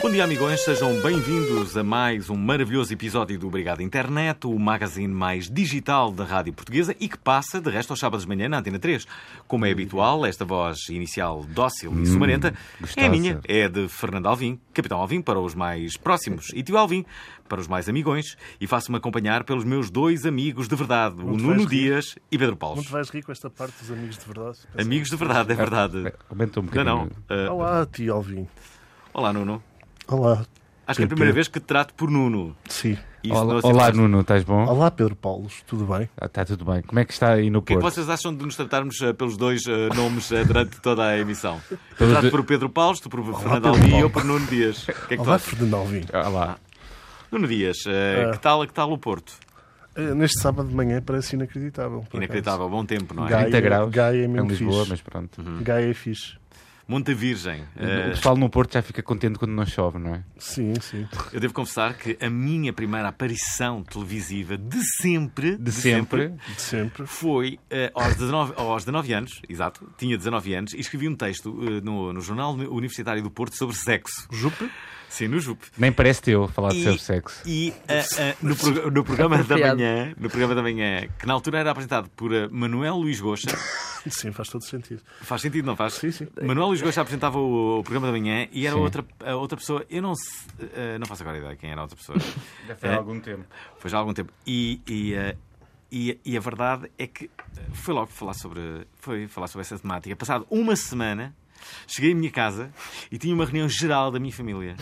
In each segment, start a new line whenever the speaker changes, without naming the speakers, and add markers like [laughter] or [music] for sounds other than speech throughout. Bom dia, amigões. Sejam bem-vindos a mais um maravilhoso episódio do Obrigado Internet, o magazine mais digital da rádio portuguesa e que passa, de resto, aos sábados de manhã na Antena 3. Como é habitual, esta voz inicial dócil e sumarenta é
Hum, gostosa.
a minha, é de Fernando Alvim, Capitão Alvim para os mais próximos e Tio Alvim para os mais amigões e faço-me acompanhar pelos meus dois amigos de verdade, o
te
Nuno
vais rir.
Dias e Pedro
Não
Paulo.
te vais rir com esta parte dos amigos de verdade? Pensa-
Amigos de verdade, é verdade.
É, Aumenta um
Não,
bocadinho.
não. Ah,
Olá, tio Alvin.
olá, Nuno.
Olá.
Acho que é a
Pedro.
primeira vez que te trato por Nuno.
Sim.
E isso não é
Olá,
aceito
olá,
mais.
Nuno, estás bom?
Olá, Pedro Paulos. Tudo bem?
Está tudo bem. Como é que está aí no
O que é que
Porto?
vocês acham de nos tratarmos eh, pelos dois eh, nomes eh, durante toda a emissão? Eu
Pelos
trato
dois-
por Pedro Paulo, tu por Fernando
Pedro
Alvim e
Paulo.
eu por Nuno Dias. O que é que tu
Olá,
achas?
Fernando Alvim.
Ah,
Olá.
Nuno Dias, eh,
Ah.
que, tal, que tal o Porto?
Eh, Neste sábado de manhã parece inacreditável. por acaso.
Inacreditável, bom tempo, não é?
Gaia-
30 graus
Gaia é
em
mesmo
Lisboa,
fixe.
mas pronto.
Uhum.
Gaia é fixe.
Monte Virgem. eh,
O pessoal no Porto já fica contente quando não chove, não é?
Sim, sim.
eu devo confessar que a minha primeira aparição televisiva de sempre,
De sempre.
De [laughs] sempre.
foi eh, aos, 19, aos 19 anos, exato, tinha 19 anos, e escrevi um texto eh, no, no Jornal Universitário do Porto sobre sexo.
Jupe?
Sim, no JUP.
Nem parece teu falar de
E-
seu sexo.
[laughs]
E ah, ah, no, prog- no programa da manhã, no programa da manhã, que na altura era apresentado por ah, Manuel Luís
[laughs]
Gosta,
Sim, faz todo sentido.
faz sentido, não faz?
Sim, sim.
Manuel Luís Gosta apresentava o, o programa da manhã e era
Sim.
outra, a outra pessoa, eu não se- ah, não faço agora ideia quem era a outra
[laughs]
pessoa.
Já
foi há
algum tempo.
Foi já há algum tempo. E, e, eh, e- e a verdade é que eh, foi logo falar sobre, foi falar sobre essa temática. Passado uma semana, cheguei à minha casa e tinha uma reunião geral da minha família.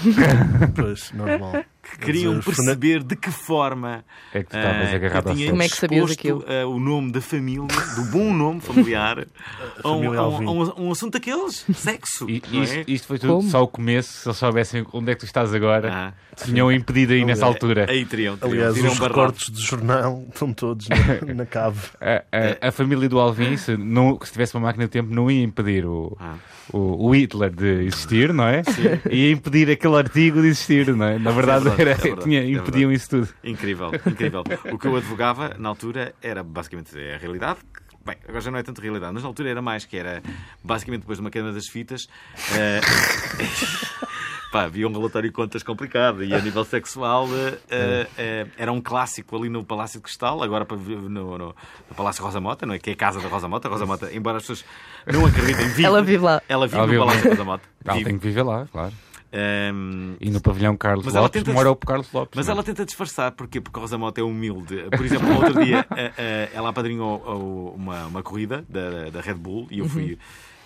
Pois, [laughs] normal.
Que queriam
Mas, eh, Fernando-
perceber de que forma
É que tu
eh,
estavas agarrado
eu
ao
tinha
sexo.
Como é que sabias
exposto,
aquilo?
eh, o nome da família, do bom nome familiar, a um,
família
a um-
Alvim.
a um- a um assunto daqueles, sexo.
E,
não é?
isto, isto foi tudo
Como?
só o começo. Se eles soubessem onde é que tu estás agora,
Ah, É.
tinham impedido aí nessa altura.
Aí teriam, teriam,
Aliás,
teriam
os
barrado.
recortes de jornal estão todos [laughs] na, na cave.
A, a- a família do Alvin, se, não, se tivesse uma máquina do tempo, não ia impedir o,
Ah.
o, o Hitler de existir, não é? Ia impedir aquele artigo de existir, não é? Na verdade,
verdade,
era-
é verdade,
tinha-
é verdade.
impediam isso tudo.
Incrível, incrível. O que eu advogava na altura era basicamente a realidade. que- Bem, agora já não é tanto realidade, mas na altura era mais que era basicamente depois de uma queima das fitas. eh, [laughs] Pá, havia um relatório de contas complicado e a nível sexual eh, eh, eh, era um clássico ali no Palácio de Cristal, agora para ver no, no, no Palácio Rosa Mota, não é? Que é a casa da Rosa Mota. Rosa Mota, embora as pessoas não acreditem, vive,
Ela vive lá.
Ela vive
Ela
no
vive lá.
Palácio Rosa Mota.
Ela
Vive.
tem que viver lá, claro.
Ehm,
E no pavilhão Carlos
Mas ela
Lopes,
tenta-
mora o Carlos Lopes.
Mas
não é?
ela tenta disfarçar, porquê? Porque a Rosa Mota é humilde. Por exemplo, no outro
[laughs]
dia eh, eh, ela apadrinhou oh, uma, uma corrida da, da Red Bull e eu fui,
Uhum.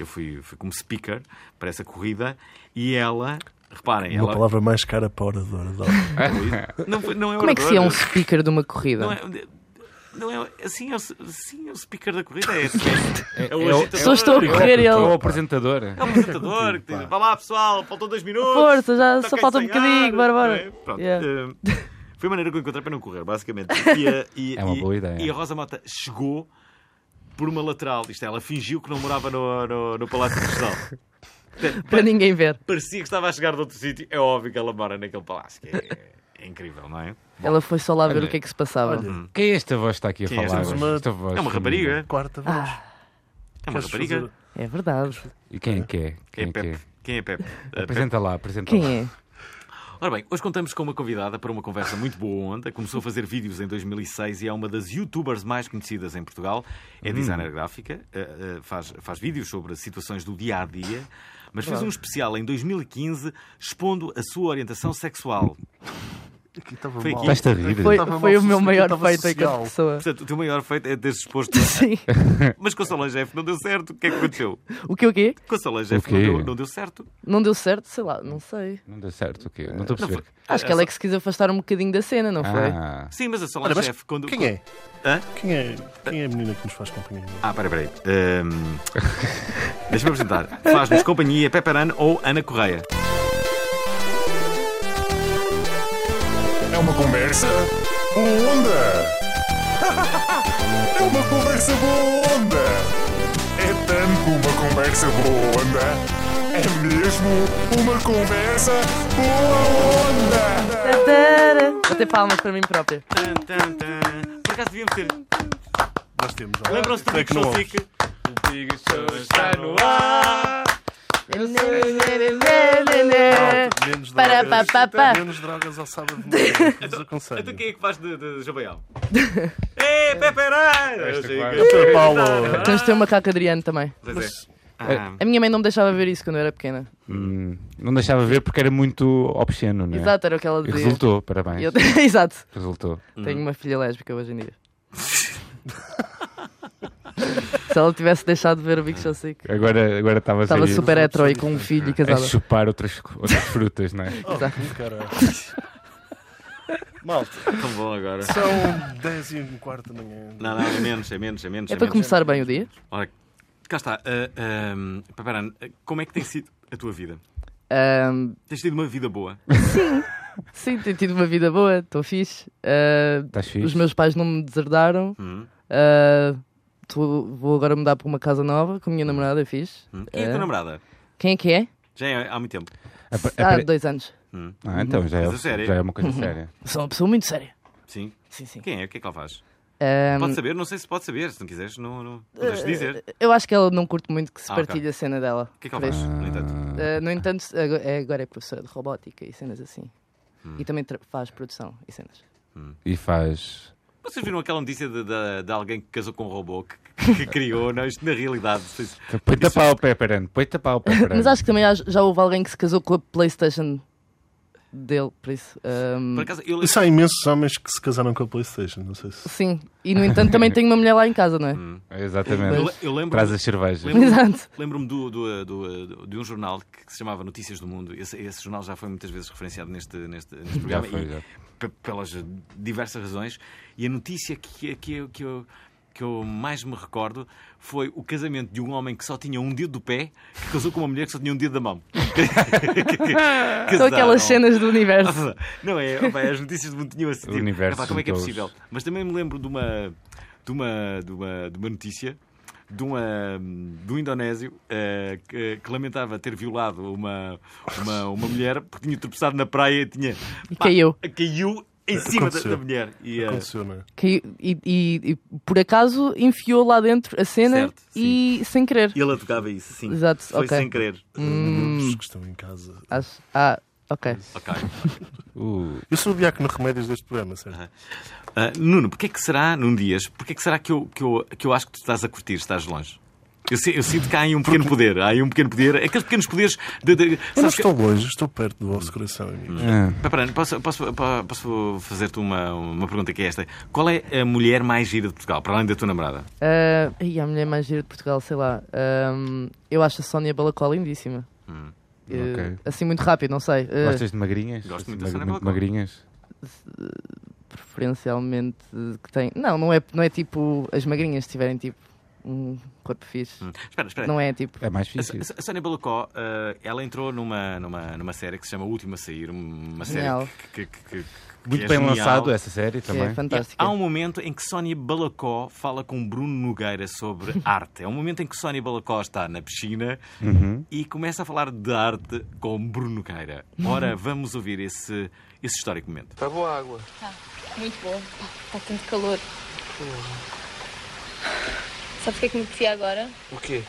eu fui, fui como speaker para essa corrida e ela, reparem,
Uma
ela.
palavra mais cara para oradora. dá.
Não, foi- não é
Como é que se é um
oradora.
speaker de uma corrida?
Não é, não é, assim, é o, assim é o speaker da corrida, é, é, é
é o-
o agitador,
Só estou a
é o
correr
É o
ele.
apresentador.
apresentador que diz, vá lá pessoal, faltam dois minutos.
Força, já
Toca
só falta um
ensaiar,
bocadinho, bora, bora.
não é? Pronto,
Yeah.
eh, Foi a maneira que eu encontrei para não correr, basicamente. E a, e-
[laughs] É uma
e-
boa ideia.
E a Rosa Mota chegou por uma lateral. Isto é, ela fingiu que não morava no, no, no Palácio de Cristal.
Para ninguém ver.
Parecia que estava a chegar de outro sítio. É óbvio que ela mora naquele palácio. que É, é incrível, não é?
Ela foi só lá ver o que é que se passava.
Uhum.
Olha,
Quem é esta voz que está aqui a
Quem é
falar?
esta
hoje?
voz?
Esta voz
É uma
feminina.
rapariga.
quarta vez.
É uma rapariga.
É verdade.
E quem é que é?
Quem é
que
Pepe? Quem é Pepe? Eh,
Apresenta lá, apresenta lá.
Quem é?
Ora bem, hoje contamos com uma convidada para uma conversa muito boa onda. Começou a fazer vídeos em 2006 e é uma das youtubers mais conhecidas em Portugal.
Hum.
É designer gráfica, eh, eh, faz, faz vídeos sobre situações do dia a dia, mas fez um especial em 2015 expondo a sua orientação sexual.
Aqui estava
Foi
mal.
aqui.
Estás-te a rir?
Foi,
Estava
foi
mal
o meu
social,
maior
estava
feito
social.
enquanto pessoa. [laughs]
Portanto, o teu maior feito é teres
[laughs]
exposto.
Sim.
Mas com a Solange F não deu certo. O que é que aconteceu?
O que o quê?
Com a Solange
O
F não
quê?
deu, não deu certo.
Não deu certo? Sei lá, não sei.
Não deu certo, o quê? Não estou a perceber.
Acho que ela é que se quis afastar um bocadinho da cena, não foi?
Ah,
Sim, mas a
Olha,
Solange
mas
F quando.
quem é?
Hã?
Quem é? Quem é a menina que nos faz companhia?
Ah, peraí, peraí. Ahm, [laughs] Deixa-me apresentar.
[laughs]
Faz-nos companhia Pepperan ou Ana Correia.
É uma conversa boa onda. [laughs] É uma conversa boa onda. É tanto uma conversa boa onda. É mesmo uma conversa boa onda.
Bater palmas para mim própria.
Tan, tan, tan. Por acaso devíamos ter.
Nós temos. olha.
Lembram-se do
É
Pico
que não
Show
houve.
Sick?
está no ar.
Né,
Malta, Menos
É, Para,
drogas. É,
pa, pa, pa.
Menos drogas ao
[laughs]
sábado de manhã. Vos aconselho.
Então quem é que faz de, de [laughs] É. Jabaial? Ê, Pepperan! Eu sei
quase.
que-
Pedro Paulo.
Temos de ter um macaco Adriano também.
Pois é. Ah,
A minha mãe não me deixava ver isso quando eu era pequena.
Hum, não deixava ver porque era muito obsceno, não é?
Exato, era o que ela
E
dizia.
resultou, parabéns.
Eu- [laughs] Exato.
Resultou.
Tenho uma filha lésbica hoje em dia. Se ela tivesse deixado de ver o Big Show Sick,
Agora, agora estava
estava
a,
super hetero e com um filho e
a
casada.
chupar outras, outras frutas, não é?
Oh,
Exato.
que caralho. Malta,
Ah, tão bom agora.
são 10 e um quarto da manhã.
Não, não, é menos, é menos, é menos.
É para
menos.
começar bem o dia?
Ora, cá está. Ah, ahm, Pepperan, ah, como é que tem sido a tua vida?
Ahm,
Tens tido uma vida boa?
sim, tenho tido uma vida boa, estou fixe. Ah,
Estás
os
fixe?
meus pais não me deserdaram.
Hum,
Ah, tô- vou agora mudar para uma casa nova com a minha namorada, é fixe.
hum. Quem é a tua
Ah,
namorada?
Quem é que é?
Já é há muito tempo.
Apare-
Há
apare-
dois anos.
Hum,
Ah, então já
Mas a
é,
sério?
já é uma
Uhum.
coisa
[laughs]
séria.
Sou uma pessoa muito séria.
Sim.
Sim, sim.
Quem é? O que é que ela faz?
Ahm,
Pode saber? Não sei se pode saber. Se não quiseres, não, não, não deixes de dizer.
Ah, eu acho que ela não curte muito que se
Ah, ok.
partilhe a cena dela.
O que é que ela faz? No entanto.
Ah,
Ah, no entanto, ago- é- agora é professora de robótica e cenas assim.
Hum.
E também tra- faz produção e cenas.
e faz.
Vocês viram aquela notícia de, de- de alguém que casou com um robô que, que- que criou? Não, é? isto na realidade. vocês-
Põe-te
é
para o Pepperand, põe-te para o Pepperand.
[laughs] Mas acho que também há- já houve alguém que se casou com a Playstation dele, por isso. ahm,
Por acaso, eu,
Isso há imensos homens que se casaram com a Playstation, não sei se.
Sim. E no entanto também tenho uma mulher lá em casa, não é?
Hum.
Exatamente.
eu, eu lembro.
Traz as cervejas.
Lembro-
Exato.
Lembro-me do, do, do- do- de um jornal que se chamava Notícias do Mundo. Esse, esse jornal já foi muitas vezes referenciado neste, neste, neste
Já
programa
foi,
e
já.
pe- pelas diversas razões. E a notícia que, que, eu- que, eu, que eu mais me recordo foi o casamento de um homem que só tinha um dedo do pé que casou com uma mulher que só tinha um dedo da mão. [laughs] um
São aquelas
Casaram.
cenas
[laughs]
do universo.
Não, é, opa, as notícias do mundo tinham esse
O
tipo.
universo
Epá, como é que é
juntou-os.
possível? Mas também me lembro de uma, de uma, de uma, de uma notícia de, uma, de um indonésio eh, que, que lamentava ter violado uma, uma, uma mulher porque tinha tropeçado na praia e tinha.
E caiu.
Caiu em cima da,
Aconteceu.
da mulher. E, eh,
Aconteceu, não é?
Caiu- e, e- e, por acaso enfiou lá dentro a cena
Certo,
e sem querer.
ele advogava isso, sim.
Exato,
Foi
ok.
sem querer.
Hum.
Os que estão em casa.
Acho- ah, ok.
Ok.
Uh,
Eu sou o Diácono Remédios deste programa, certo?
Ah, Nuno, porquê é que será, Nuno Dias, porquê é que será que eu, que, eu, que eu acho que tu estás a curtir, estás longe? Eu, si- eu sinto que há aí um pequeno poder, há aí um pequeno poder, aqueles pequenos poderes de. de-
Eu não
sabes que-
estou longe, estou perto do vosso coração, amigos.
ah,
Espera, espera, posso, posso, po- posso fazer-te uma, uma pergunta que é esta? Qual é a mulher mais gira de Portugal, para além da tua namorada?
Ah, ai, a mulher mais gira de Portugal, sei lá. Ahm, eu acho a Sónia Balacó lindíssima.
Hum.
Eh,
Ok.
Assim muito rápido, não sei. Eh,
Gostas de magrinhas?
Gosto muito da
Mag-
Sônia
muito
Balacó.
magrinhas.
preferencialmente eh, que tem. Não, não é, não é tipo as magrinhas se tiverem tipo um corpo fixe.
Hum, Espera, espera.
Não é tipo.
É mais
A,
fixe.
a- a Sónia Balacó, ah, ela entrou numa, numa, numa série que se chama O Último a Sair, um, uma série
Genial.
que, que- que- que- que
Muito
é
bem
genial.
lançado essa série
que é
também.
fantástica.
Há um momento em que Sónia Balacó fala com Bruno Nogueira
[laughs]
sobre arte. É um momento em que Sónia Balacó está na piscina
Uhum.
e começa a falar de arte com Bruno Nogueira. Ora, vamos ouvir esse, esse histórico momento.
Tá boa água.
Muito bom. Pá, Está tanto calor. Sabes o que é que me apetecia agora?
O quê?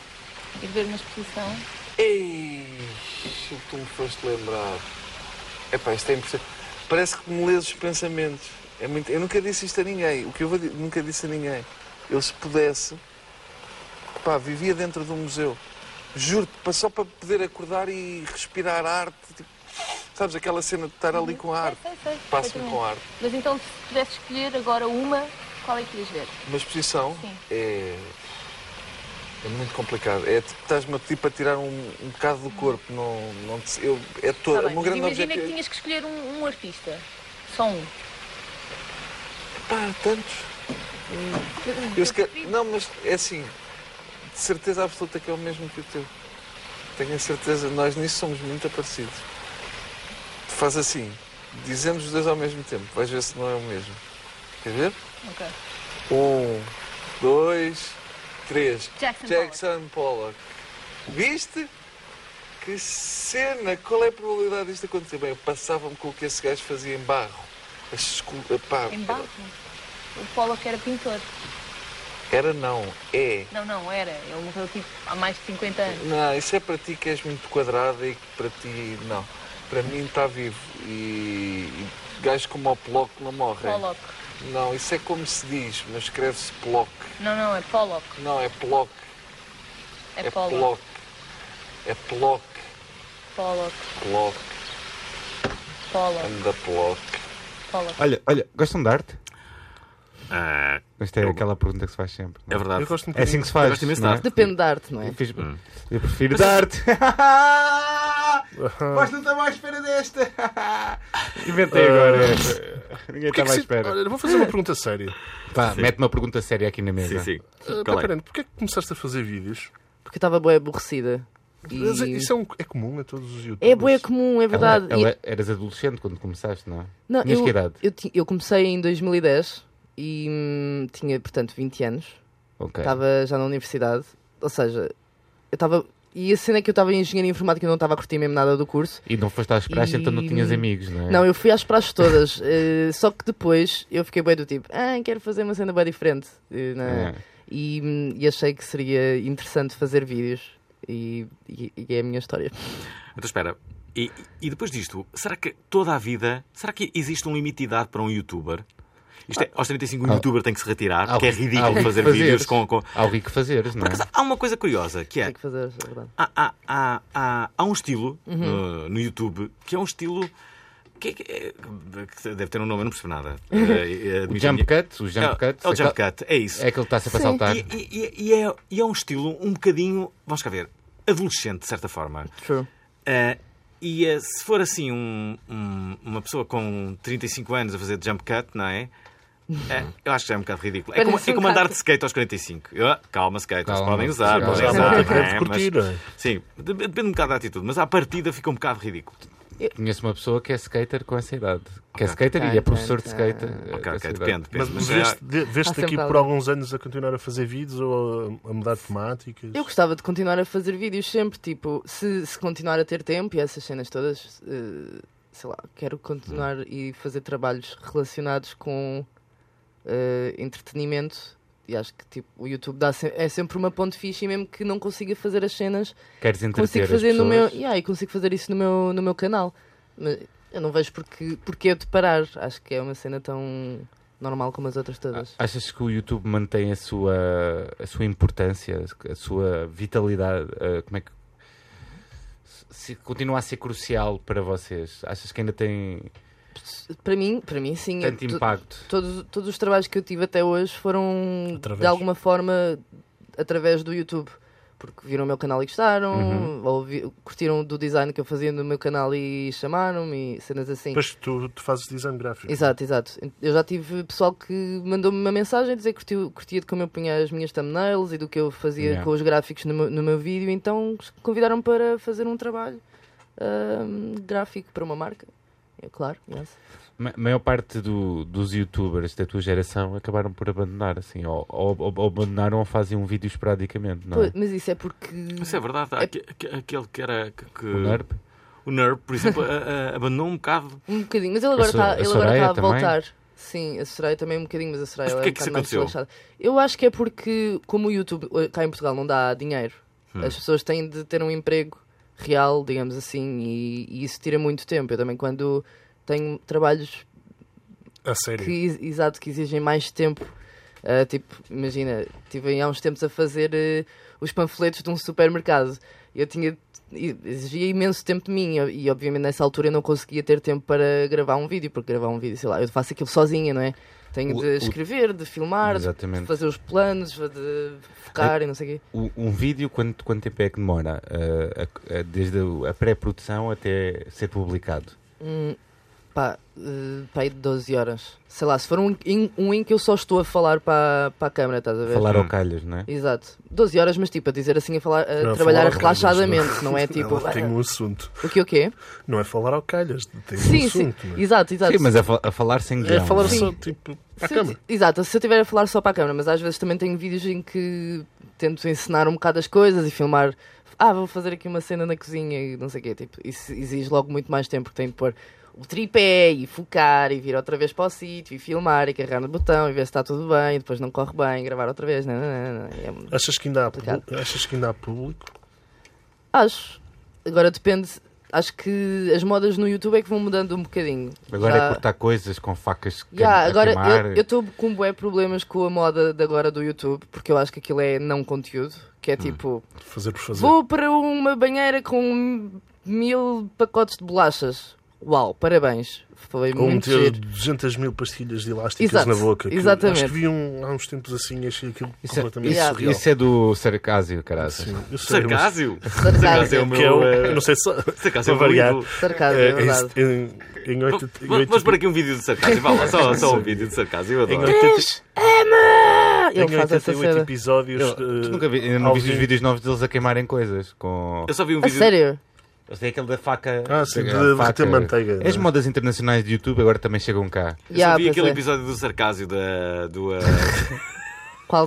Ir ver uma exposição.
Ei, se tu me foste lembrar. Epá, isto é impressionante. Parece que me lês os pensamentos. É muito... Eu nunca disse isto a ninguém. O que eu vou di- nunca disse a ninguém. Eu, se pudesse, pá, vivia dentro de um museu. Juro-te, pá, só para poder acordar e respirar arte. Tipo, estás Sabes aquela cena de estar ali com a arte?
Sei, sei, sei,
Passo-me com
perfeitamente.
a arte.
Mas então, se pudesse escolher agora uma, qual é que querias ver?
Uma exposição
Sim.
é. É muito complicado. É, tipo, estás-me a pedir para tirar um, um bocado do corpo. Não, não te- eu, é todo. o
Tá bem,
meu
mas
grande
imagina
objetivo.
que tinhas que escolher um, um artista. Só um.
Pá, tantos. Eu se calhar- Não, mas é assim. De certeza absoluta que é o mesmo que o teu. Tenho a certeza, nós nisso somos muito parecidos. Faz assim, dizemos os dois ao mesmo tempo, vais ver se não é o mesmo. Quer ver?
Ok.
Um, dois, três.
Jackson
Jackson Pollock. Viste? Que cena! Qual é a probabilidade disto acontecer? Bem, eu passava-me com o que esse gajo fazia em barro. A escul... Pá,
Em Barro. O Pollock era pintor.
Era não, é.
Não, não, era. Ele morreu tipo há mais de 50 anos.
Não, isso é para ti que és muito quadrada e que para ti, não. Para mim está vivo e, e gajos como o Pollock não morrem.
Pollock.
Não, isso é como se diz, mas escreve-se Pollock.
Não, não, é Pollock.
Não, é Pollock.
É,
É
Pollock.
Pollock. É Pollock.
Pollock.
Pollock.
Pollock.
Anda Pollock.
Pollock.
Olha, olha, gostam de arte?
Ah,
Esta é aquela pergunta que se faz sempre. não
é
é?
verdade.
Eu gosto um
É assim que
bocadinho-
se faz.
gosto imenso de
não é?
arte.
Depende da arte, não é?
Eu, fiz- eu prefiro de arte. [laughs] Mas não estava à espera desta. [laughs] Inventei agora esta. Ninguém
Porquê que
estava à
se-
espera.
Olha, vou fazer uma pergunta séria.
Pá, mete uma pergunta séria aqui na
Sim,
mesa.
sim.
Uh,
Qual é?
Pepperano, porquê é que começaste a fazer vídeos?
Porque eu estava boa aborrecida. E-
Mas Isso é, um- é comum a todos os youtubers.
É boa comum, é
Ela-
verdade. E-
ela- eras adolescente quando começaste, não é?
Não,
Tinhas
eu,
que idade?
Eu, ti- eu comecei em 2010 e hum, tinha, portanto, 20 anos.
Ok.
Estava já na universidade. Ou seja, eu estava. E a cena é que eu estava em engenharia informática e não estava a curtir mesmo nada do curso.
E não foste às praxes,
E-
então não tinhas amigos, não é?
Não, eu fui às praxes todas, [laughs] eh, só que depois eu fiquei bem do tipo, ah, quero fazer uma cena bem diferente. eh, na-
É.
E, hum, e achei que seria interessante fazer vídeos. E, e- e é a minha história.
Então espera. E, e depois disto, será que toda a vida, será que existe um limite de idade para um youtuber? Isto é, aos 35 um
Ah.
youtuber tem que se retirar,
Há o-
que é
há o
ridículo
que
fazer
fazeres.
vídeos com... com...
Há o rico fazeres, não ah, é?
Mas há uma coisa curiosa, que é,
Tenho que fazer, é verdade.
há, há, há, há, há um estilo no, no YouTube que é um estilo... Que, é- que é- que deve ter um nome, eu não percebo
[laughs]
nada. Eh, eh,
O
admito a
jump
minha-
cut, o
É,
jump cut.
é o
aquela-
jump cut, é isso.
É aquele que está sempre a
Sim.
saltar.
E, e- e- e é, e é um estilo um bocadinho, vamos cá ver, adolescente, de certa forma.
True.
Ah, e ah, se for assim um- um- uma pessoa com 35 anos a fazer jump cut, não é? Ah, eu acho que já é um bocado ridículo. É
Parece
como, é
um
como andar
bocado.
de skate aos 45. Eu, ah, calma, skate, eles
Calma,
podem usar,
calma.
podem
Mas
usar.
é
uma coisa que
não é?
deve curtir,
sim, de- depende um bocado da atitude, mas à partida fica um bocado ridículo.
Conheço uma pessoa que é skater com essa idade. Que é skater e
Ok,
é professor de
ok,
skater. eh,
Ok,
dessa
ok,
idade.
depende. depende
Mas, mas
é-
veste, de- veste
Há
daqui
sempre
por
alguém.
alguns anos a continuar a fazer vídeos ou a, a mudar de temáticas?
Eu gostava de continuar a fazer vídeos sempre, tipo, se, se continuar a ter tempo e essas cenas todas, eh, sei lá, quero continuar e fazer trabalhos relacionados com eh, entretenimento. E acho que tipo, o YouTube dá se- é sempre uma ponte fixe e mesmo que não consiga fazer as cenas,
Queres entreter
consigo
as
fazer no meu.
pessoas?
Yeah, e consigo fazer isso no meu, no meu canal. Mas eu não vejo porque, porque eu de parar. Acho que é uma cena tão normal como as outras todas.
Achas que o YouTube mantém a sua, a sua importância, a sua vitalidade? eh, como é que. Se continua a ser crucial para vocês? Achas que ainda tem
Para mim, para mim sim. eu
tanto
to-
impacto?
todos, todos os trabalhos que eu tive até hoje foram
Através.
de alguma forma através do YouTube. Porque viram o meu canal e gostaram,
Uhum.
ou vi- curtiram do design que eu fazia no meu canal e chamaram-me, e cenas assim.
Mas tu, tu fazes design gráfico.
Exato, exato. Eu já tive pessoal que mandou-me uma mensagem a dizer que curtiu, curtia de como eu punha as minhas thumbnails e do que eu fazia
Yeah.
com os gráficos no meu, no meu vídeo, então convidaram-me para fazer um trabalho ahm, gráfico para uma marca. Eu, claro, yes.
Ma- maior parte do- dos youtubers da tua geração acabaram por abandonar, assim, ou, ou- ou- ou abandonaram ou fazem um vídeo esporadicamente, não é?
Pois, Mas isso é porque.
Isso é verdade. Há aque- aque- Aquele que era. que- que-
O NERP?
o Nerb, por exemplo, a- a- abandonou um bocado.
Um bocadinho, mas ele agora
A Sor-
está
a
ele agora
Soraya
tá a
também?
voltar. Sim, a Soraya também um bocadinho, mas a Soraya
Mas
ela
porquê
é um
que isso
bocado mais
aconteceu?
relaxada. Eu acho que é porque, como o YouTube eh, cá em Portugal não dá dinheiro, as pessoas têm de ter um emprego real, digamos assim, e, e isso tira muito tempo. Eu também, quando tenho trabalhos
A sério.
que, ex- Ah, exato, que exigem mais tempo, eh, tipo, imagina, estive há uns tempos a fazer eh, os panfletos de um supermercado. Eu tinha e- exigia imenso tempo de mim e, obviamente, nessa altura eu não conseguia ter tempo para gravar um vídeo, porque gravar um vídeo, sei lá, eu faço aquilo sozinha, não é? Tenho
O-
de
o-
escrever, de filmar, de
Exatamente.
fazer os planos, de focar e não sei o quê.
O- um vídeo, quanto, quanto tempo é que demora? Ah, a- a- desde a pré-produção até ser publicado?
Hum, pá, eh, pá, aí de 12 horas. Sei lá, se for um em, um em que eu só estou a falar para, para a câmara, estás a ver?
Falar
Hum.
ao calhas, não é?
Exato. 12 horas, mas tipo, a dizer assim, a, falar, a
Não é
trabalhar
falar ao calhas,
relaxadamente, não é tipo.
[laughs] Ela tem um assunto.
O que o quê?
Não é falar ao calhas, tem um
Sim, sim.
assunto. não é?
Exato, exato.
Sim, mas a, fa- a falar sem
É
grão.
falar
não é?
só, tipo, à
Se eu
câmara.
ti- Exato, se eu estiver a falar só para a câmara, mas às vezes também tenho vídeos em que tento ensinar um bocado as coisas e filmar. Ah, vou fazer aqui uma cena na cozinha e não sei o quê. Tipo, isso exige logo muito mais tempo, porque tenho de pôr o tripé e focar e vir outra vez para o sítio e filmar e carregar no botão e ver se está tudo bem e depois não corre bem, gravar outra vez. Não, não, não, não. É um-
Achas que, ainda há,
Complicado.
pub- achas que ainda há público?
Acho. Agora depende. Acho que as modas no YouTube é que vão mudando um bocadinho.
Agora
Já-
é cortar coisas com facas que
Yeah, agora
queimar.
eu estou com bué problemas com a moda de agora do YouTube, porque eu acho que aquilo é não conteúdo, que
Hum.
é tipo,
Fazer por
é.
fazer.
vou para uma banheira com mil pacotes de bolachas. Uau, parabéns. Foi
um
Ou
muito
meter
giro.
200 mil pastilhas de elásticas
Exato,
na boca. que
exatamente.
Acho que vi um, há uns tempos assim e achei aquilo
Isso é,
completamente
isso-
surreal.
isso é do Sarcásio, caralho.
Sim, eu sei, mas-
Sarcásio? [laughs] Sarcásio é o
Sarcasmo.
meu.
que é o-
eh,
eu não sei se.
Sarcásio é o meu
Vou variar.
ídolo.
Sarcasmo,
é,
é verdade.
em, em, oito- em
Vamos-
oito-
Vamos para aqui um vídeo de sarcasmo. Vá lá, só, só um vídeo de sarcasmo. Eu
em
adoro.
88
Ah,
em
ele faz essa
88
cena.
episódios.
Eu,
eh,
tu nunca vi, ainda não
ao
vi os
vivo.
vídeos novos deles a queimarem coisas. Com...
Eu só vi um
A
vídeo.
sério?
Eu sei aquele da faca.
Ah, sim, de
da
derreter
faca.
manteiga, não é?
As modas internacionais de YouTube agora também chegam cá.
Eu
Yeah,
só vi
pois
aquele
é.
episódio do sarcasmo da, do. eh,
Qual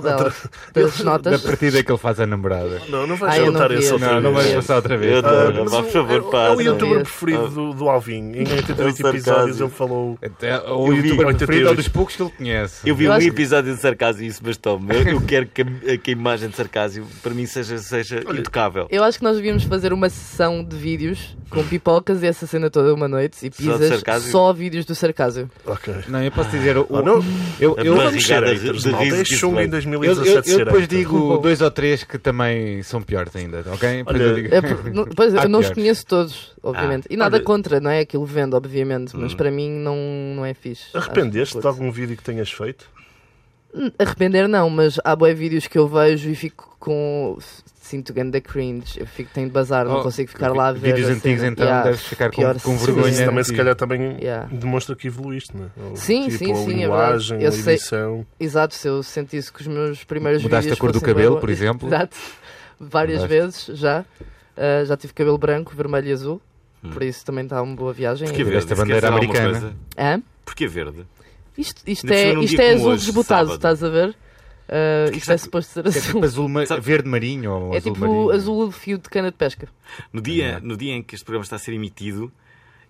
[laughs]
delas? Das
Da
notas?
partida que ele faz à namorada.
Não, não
Ah,
vais
eu não
contar
vi
esse
esse.
outra
Não, não
vez.
vais passar outra vez.
Eu
Ah,
adoro.
mas
Vá,
o-
por favor,
é- é o
passa.
youtuber
Esse.
preferido do, do Alvin.
[laughs]
Em
É o
88
sarcasmo.
episódios ele falou.
Até, ou o
Eu vi
youtuber
88.
preferido ou dos poucos que ele conhece.
[laughs] Eu vi
Eu
um
acho que-
episódio de sarcasmo e isso bastou-me. Eu, eu quero que a, que a imagem de sarcasmo para mim seja, seja intocável.
Eu acho que nós devíamos fazer uma sessão de vídeos com pipocas e essa cena toda uma noite e
Só de
pizzas,
sarcasmo?
só vídeos do sarcasmo.
Ok.
Não, eu posso dizer. o-
Ah, não.
eu,
É
barriga
eu,
Vamos ser
de-
haters,
de
mal.
riso que
Deixa
isso
um
vem.
em
Eu,
2017
eu- eu
ser
depois
hater.
digo dois ou três que também são piores ainda, ok? Depois eu
Olha,
digo-
É, por- não- pois,
Há
eu não os
piores.
conheço todos,
Ah,
obviamente. e nada
olha-
contra, não é? Aquilo vende, obviamente. Mas
Hum.
para mim não, não é fixe.
Arrependeste
Acho
Ah,
de
que- Hum,
algum vídeo que tenhas feito?
Arrepender não, mas há boi vídeos que eu vejo e fico com. Sinto grande cringe. Eu fico, tenho de bazar, não
Oh,
consigo ficar lá a ver.
Vídeos
a
antigos
cena.
então
Yeah,
deves ficar com,
pior
com
sim.
vergonha.
Isso
Sim.
também, se
antiga.
calhar, também
Yeah.
demonstra que evoluíste, não é? Ou,
Sim,
tipo,
sim,
a
sim, é verdade.
linguagem,
Eu
a
sei-
edição.
Exato, se eu senti isso com os meus primeiros
Mudaste
vídeos.
a cor do
fossem
cabelo,
bem-
por
[laughs]
exemplo?
Exato, várias
Mudaste.
vezes já. Ah, já tive cabelo branco, vermelho e azul.
Hum.
Por isso também está uma boa viagem.
Porquê
E-
verde?
Esta bandeira
Esquece alguma
americana.
coisa?
Hã?
Porquê verde?
Isto, isto
Ainda por
é,
cima num
isto
dia
é
como
azul
hoje,
desbotado,
sábado.
estás a ver? Uh, isto é
está-
suposto ser
É
[laughs] azul.
tipo azul, ma-
Sabe-
verde marinho ou
É
azul
tipo
marinho.
azul fio de cana de pesca.
No
É.
dia, no dia em que este programa está a ser emitido,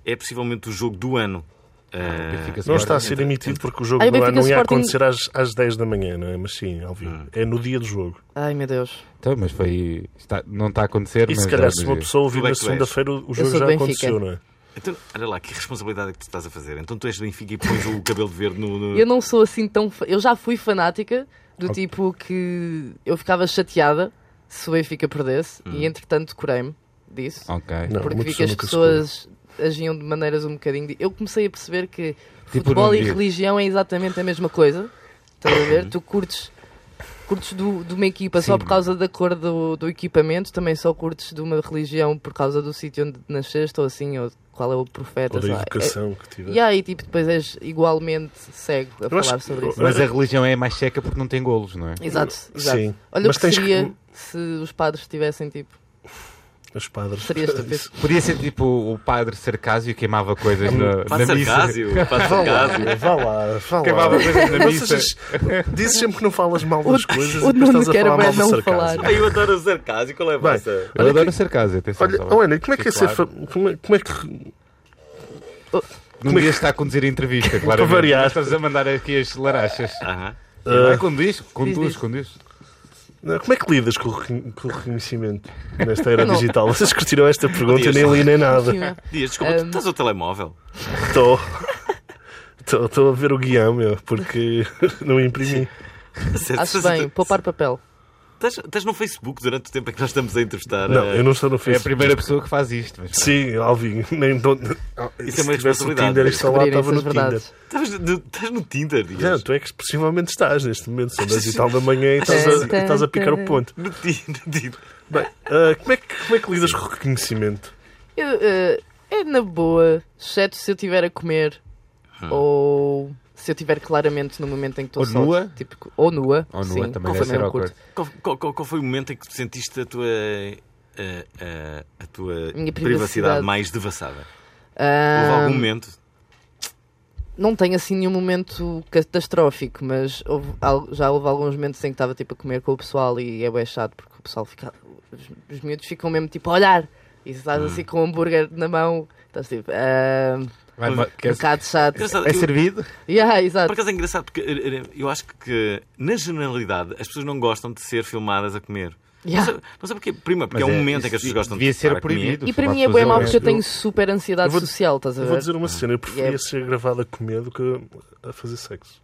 é possivelmente o jogo do ano. Ah,
Benfica
Não
Sporting.
está a ser emitido porque o jogo
Ai,
do
Benfica
ano não ia
Sporting-
acontecer às, às 10 da manhã, não é? Mas sim, ao vivo. É no dia do jogo.
Ai meu Deus.
Então, mas foi. está- não está a acontecer.
E
mas
se calhar,
vamos
se uma
ver.
pessoa
Tu
ouvir
é
na
que tu és.
segunda-feira, o o jogo
sou
já
do Benfica.
aconteceu, não é?
Então, olha lá, que responsabilidade é que tu estás a fazer. Então tu és do Benfica e pões o cabelo verde no. no-
Eu não sou assim tão. fa- Eu já fui fanática do tipo que eu ficava chateada se o Benfica perdesse
Hum.
e entretanto curei-me disso.
[laughs]
Ok.
Não,
porque
uma
vi que
pessoa
as
nunca se
pessoas agiam de maneiras um bocadinho. de- Eu comecei a perceber que
Tipo
futebol
num
e
dia.
religião é exatamente a mesma coisa. Estás a
Uhum.
ver? Tu curtes, curtes do- de uma equipa só
Sim.
por causa da cor do, do equipamento, também só curtes de uma religião por causa do sítio onde nasceste, ou assim, ou qual é o profeta.
Ou da
sei lá.
educação que
É,
tiver.
e aí, tipo, depois és igualmente cego a
acho
falar
que-
sobre isso.
Mas a religião é mais seca porque não tem golos, não é?
Exato, exato.
Sim.
Olha
Mas
o que
tens que-
seria se os padres tivessem, tipo,
Os padres.
seria
[laughs]
estúpido.
Podia ser tipo o padre Sarcásio queimava coisas na,
Faz
na missa.
sarcásio, [laughs] faz sarcásio.
Vá lá, vá
Queimava
lá.
coisas na missa.
Vocês dizes sempre que não falas mal das
O-
coisas
o
e depois
Nuno
estás a
quer
falar
bem
mal do
não
sarcasmo.
falar.
Aí eu adoro o sarcasmo. Qual é a
Vai.
vossa?
Eu adoro o Sarcásio, atenção.
Olha,
só vai.
oh, Ana, como é que é
Fique
ser.
claro.
fa- Como é, como é que.
Num
é
dia está a conduzir a entrevista, claro.
variar.
Estás a mandar aqui as
[laughs]
larachas.
Aham.
Uh,
Vai, conduz,
Diz,
conduz,
diz.
conduz.
não, Como é que lidas com o, recon- com o reconhecimento nesta era
[laughs] Não.
digital? Vocês curtiram esta pergunta? Eu nem li nem nada.
Dias, desculpa, tu
Um,
estás ao telemóvel.
Estou. Estou a ver o guião, meu, porque [laughs] não imprimi.
Acho [laughs]
Acho bem, poupar papel.
Estás, estás no Facebook durante o tempo em que nós estamos a entrevistar?
Não,
eh,
eu não estou no
É a
Facebook.
primeira pessoa que faz isto. Mas...
Sim, Alvinho. Nem dou...
Isso é
Se
uma
tivesse o
responsabilidade.
Tinder instalado,
Descobrirem
estava no
essas
Tinder.
verdades.
Estás no, estás no Tinder, Dias.
Não, tu é que possivelmente estás neste momento, são 10 e tal da manhã e estás a, e estás a picar o ponto.
No Tinder. [laughs] no Tinder.
Bem, ah, como, é que, como é que lidas com o reconhecimento?
Eu, eh, é na boa, exceto se eu estiver a comer ou se eu estiver claramente no momento em que estou
Ou
só,
nua.
Tipo, ou nua.
Ou nua
sim,
também
que eu
deve ser
não
awkward.
curto.
Qual, qual- qual- qual foi o momento em que tu sentiste a tua, a, a- a tua
Minha
privacidade.
privacidade.
mais devassada?
Ah,
Houve algum momento?
não tenho assim nenhum momento catastrófico, mas houve al- já houve alguns momentos em que estava tipo a comer com o pessoal e é bem chato porque o pessoal fica. Os, os miúdos ficam mesmo tipo a olhar e estás assim com o hambúrguer na mão, estás tipo. ah,
Vai, é mas-
um
quer-
bocado chato.
Engraçado,
É
eu-
servido?
Yeah, exato.
Por acaso é engraçado, porque eh, eh, eu acho que, na generalidade, as pessoas não gostam de ser filmadas a comer. Não
Yeah.
sei, não sei porquê. Primeiro, porque
Mas
é um
é,
momento em
isso
que as pessoas gostam
devia
de estar
ser
a comer.
proibido.
E para mim é
Falar
bem
com
mau
pessoas
porque eu
eu-
tenho super ansiedade
eu vou-
social, estás a
Eu vou
ver?
dizer uma cena, eu preferia
Ah, Yeah.
ser gravado a comer do que a fazer sexo.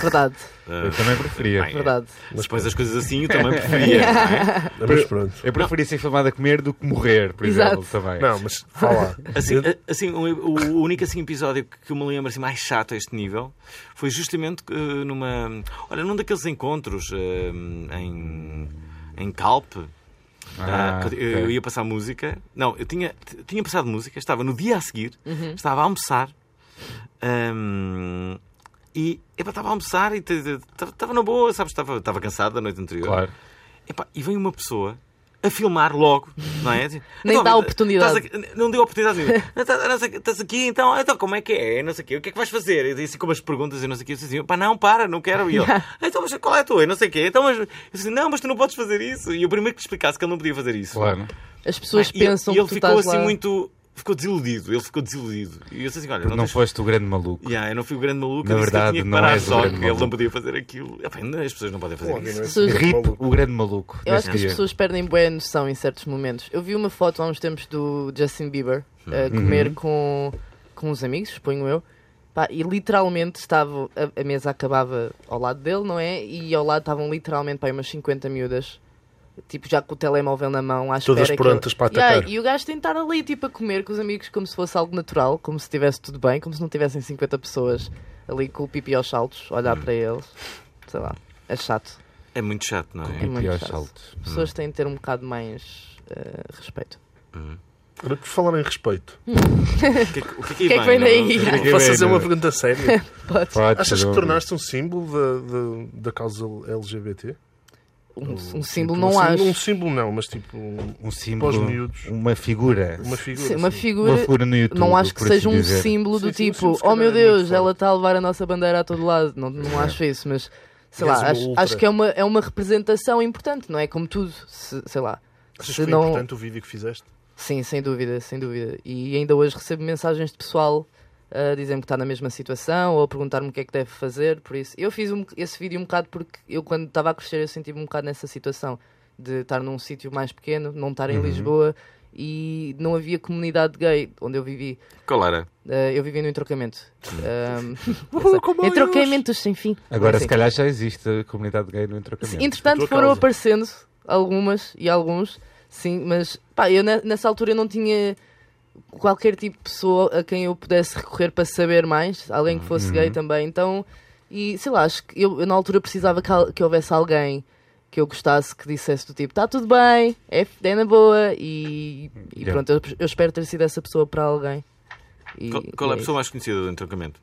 Verdade,
Ah,
Eu também preferia.
bem,
verdade.
Se pões as coisas assim, eu também preferia. não é?
Mas pronto.
Eu preferia ser filmado a comer do que morrer, por
Exato.
exemplo, também.
Não, mas vá lá.
[laughs]
Assim,
Eu-
a- assim, o, o único assim, episódio que eu me lembro assim, mais chato a este nível foi justamente eh, numa. Olha, num daqueles encontros eh, em. em Calpe.
Ah,
ah, que eu, eu
ok.
ia passar música. Não, eu tinha, t- tinha passado música, estava no dia a seguir, estava a almoçar. ehm, ahm, e epá, estava a almoçar e t- t- t- estava na boa, sabes? Estava, estava cansado da noite anterior.
Claro.
Epá, e vem uma pessoa a filmar logo, não é?
Nem
Então,
dá
estás
oportunidade.
aqui- não deu oportunidade nenhuma. Não, tá- não sei- Estás aqui, então, então como é que é? Não sei o quê, o que é que vais fazer? E assim, com umas perguntas e não sei o quê. Eu disse assim, pá, não, para, não quero.
[laughs]
E ele, então, mas qual é a tua? E não sei o quê. Então, mas... Eu disse, não, mas tu não podes fazer isso. E eu primeiro que lhe explicasse que ele não podia fazer isso.
Claro.
As pessoas
Bem, Ah, e ele-
pensam
E ele
que tu
ficou
estás
assim
lá...
muito... Ficou desiludido, ele ficou desiludido. E eu disse assim, olha,
Porque
não,
não
tens-
foste o grande maluco.
Yeah, eu não fui o grande maluco,
Na
eu disse que eu
verdade,
tinha que
não
parar
és o
só,
grande
que ele não
maluco.
podia fazer aquilo. Epá, as pessoas não podem fazer
Óbvio,
isso.
não é?
Pessoas-
Rip, o grande maluco.
Eu acho
destes
que as
dias.
pessoas perdem boa noção em certos momentos. Eu vi uma foto há uns tempos do Justin Bieber a comer
Uhum.
com, com uns amigos, suponho eu, Pá, e literalmente estava, a, a mesa acabava ao lado dele, não é? E ao lado estavam literalmente pá, umas 50 miúdas, tipo já com o telemóvel na mão, à
Todas
espera que
prontas
ele-
para atacar.
Yeah, E o gajo tentar ali, tipo, a comer com os amigos como se fosse algo natural, como se estivesse tudo bem, como se não tivessem 50 pessoas ali com o pipi aos saltos, olhar para eles, sei lá, é chato.
É muito chato, não é?
É muito
piores
chato.
saltos.
As pessoas têm de ter um bocado mais eh, respeito. [laughs]
Ora, Por falar em respeito,
O que é que, o que é que
O que é que
vem
vem daí?
não- não-
Ninguém
posso
vê,
fazer
não
uma
é?
[laughs]
pergunta séria?
Pode,
Achas que
não.
tornaste um símbolo da, da, da causa LGBT?
Um, um
Tipo,
símbolo não
um
acho.
símbolo- Um símbolo não, mas tipo um-
um símbolo,
miúdos.
uma figura.
uma figura.
Sim, uma
assim.
figura.
Uma figura no YouTube.
não acho que
por assim
seja um
dizer.
símbolo do
Sim, sim, um
tipo,
símbolo, se
oh
calhar,
meu
é muito
Deus,
forte."
ela está a levar a nossa bandeira a todo lado. Não, não acho isso, mas sei lá,
És uma
acho,
ultra.
acho que é uma, é uma representação importante, não é? Como tudo, se- sei lá.
Achas
se
que foi
não-
importante o vídeo que fizeste?
Sim, sem dúvida, sem dúvida. E ainda hoje recebo mensagens de pessoal ah, a dizendo que está na mesma situação ou a perguntar-me o que é que deve fazer. Por isso, eu fiz um- esse vídeo um bocado porque eu, quando estava a crescer, eu senti-me um bocado nessa situação de estar num sítio mais pequeno, não estar em Lisboa e não havia comunidade gay onde eu vivi.
Qual era?
Ah, eu vivi no entrocamento. Um, entrocamentos sem fim.
Agora,
Assim.
se calhar já existe a comunidade gay no entrocamento.
Entretanto,
Por tua
foram
causa.
aparecendo algumas e alguns, sim, mas pá, eu ne- nessa altura eu não tinha qualquer tipo de pessoa a quem eu pudesse recorrer para saber mais, alguém que fosse
Uhum.
gay também, então, e sei lá, acho que eu, eu na altura precisava que, al- que houvesse alguém que eu gostasse que dissesse do tipo, está tudo bem, é, f- é na boa, e, e
Yeah.
pronto, eu, eu espero ter sido essa pessoa para alguém. E-
Qual, qual é
e
a
isso.
pessoa mais conhecida do entroncamento?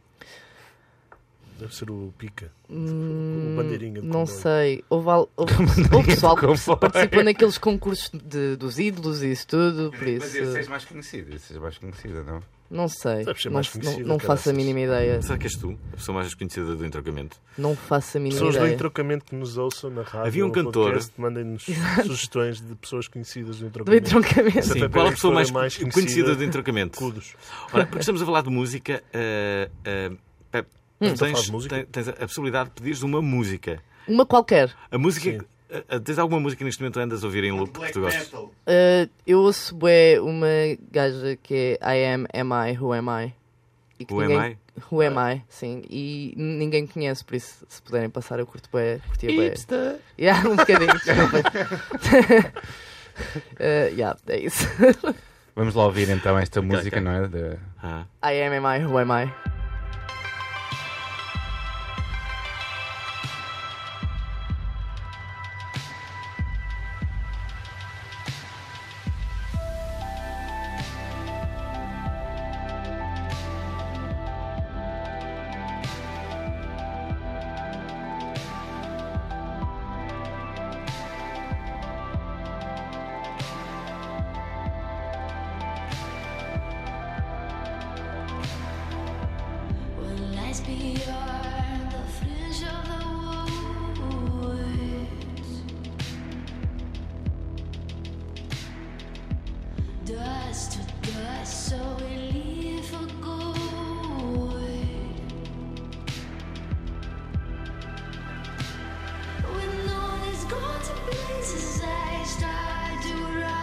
Deve ser o Pica. o Um bandeirinha de
Hum, Não
comboio. Um
sei. Houve, al-
[laughs]
houve- houve pessoal que
comboio.
participou naqueles concursos de- dos ídolos e isso tudo, por isso.
mais conhecida, seja mais conhecida, não?
Não sei.
Deve ser
Não,
mais
se- não-
conhecida,
não faço a
caraças.
mínima ideia.
Será que és tu, a pessoa mais desconhecida do entroncamento?
Não faço a mínima
Pessoas do
ideia.
entrocamento que nos ouçam na rádio.
Havia um
ou
cantor.
podcast,
[laughs]
Mandem-nos sugestões de pessoas conhecidas do
Do
entrocamento.
entroncamento.
Sim.
Sim,
Até
qual é a
pela
pessoa
história
mais,
mais
conhecida,
conhecida
do entroncamento?
Cudos.
Ora, porque estamos a falar de música, eh, eh, Pep, tu
Estamos a falar
tens,
de música?
ten- tens a a possibilidade de pedires uma música.
Uma qualquer.
A música.
Sim.
eh, eh, Tens alguma música neste momento que andas a ouvir em loop que tu gostes?
Uh, eu ouço bué uma gaja que é I am, am I, who am I? E que
O
ninguém...
MI?
Who Am I, sim. E ninguém conhece, por isso, se puderem passar, eu curto bem. Curti bem. Yeah, um bocadinho, desculpa. [laughs] Eh, yeah, é isso.
Vamos lá ouvir então esta música,
ok.
não é? De-
Ah.
I am, am I, who am I?
When lies beyond the fringe of the woods, dust to dust, so we leave for gold. When all is gone to pieces, I start to run.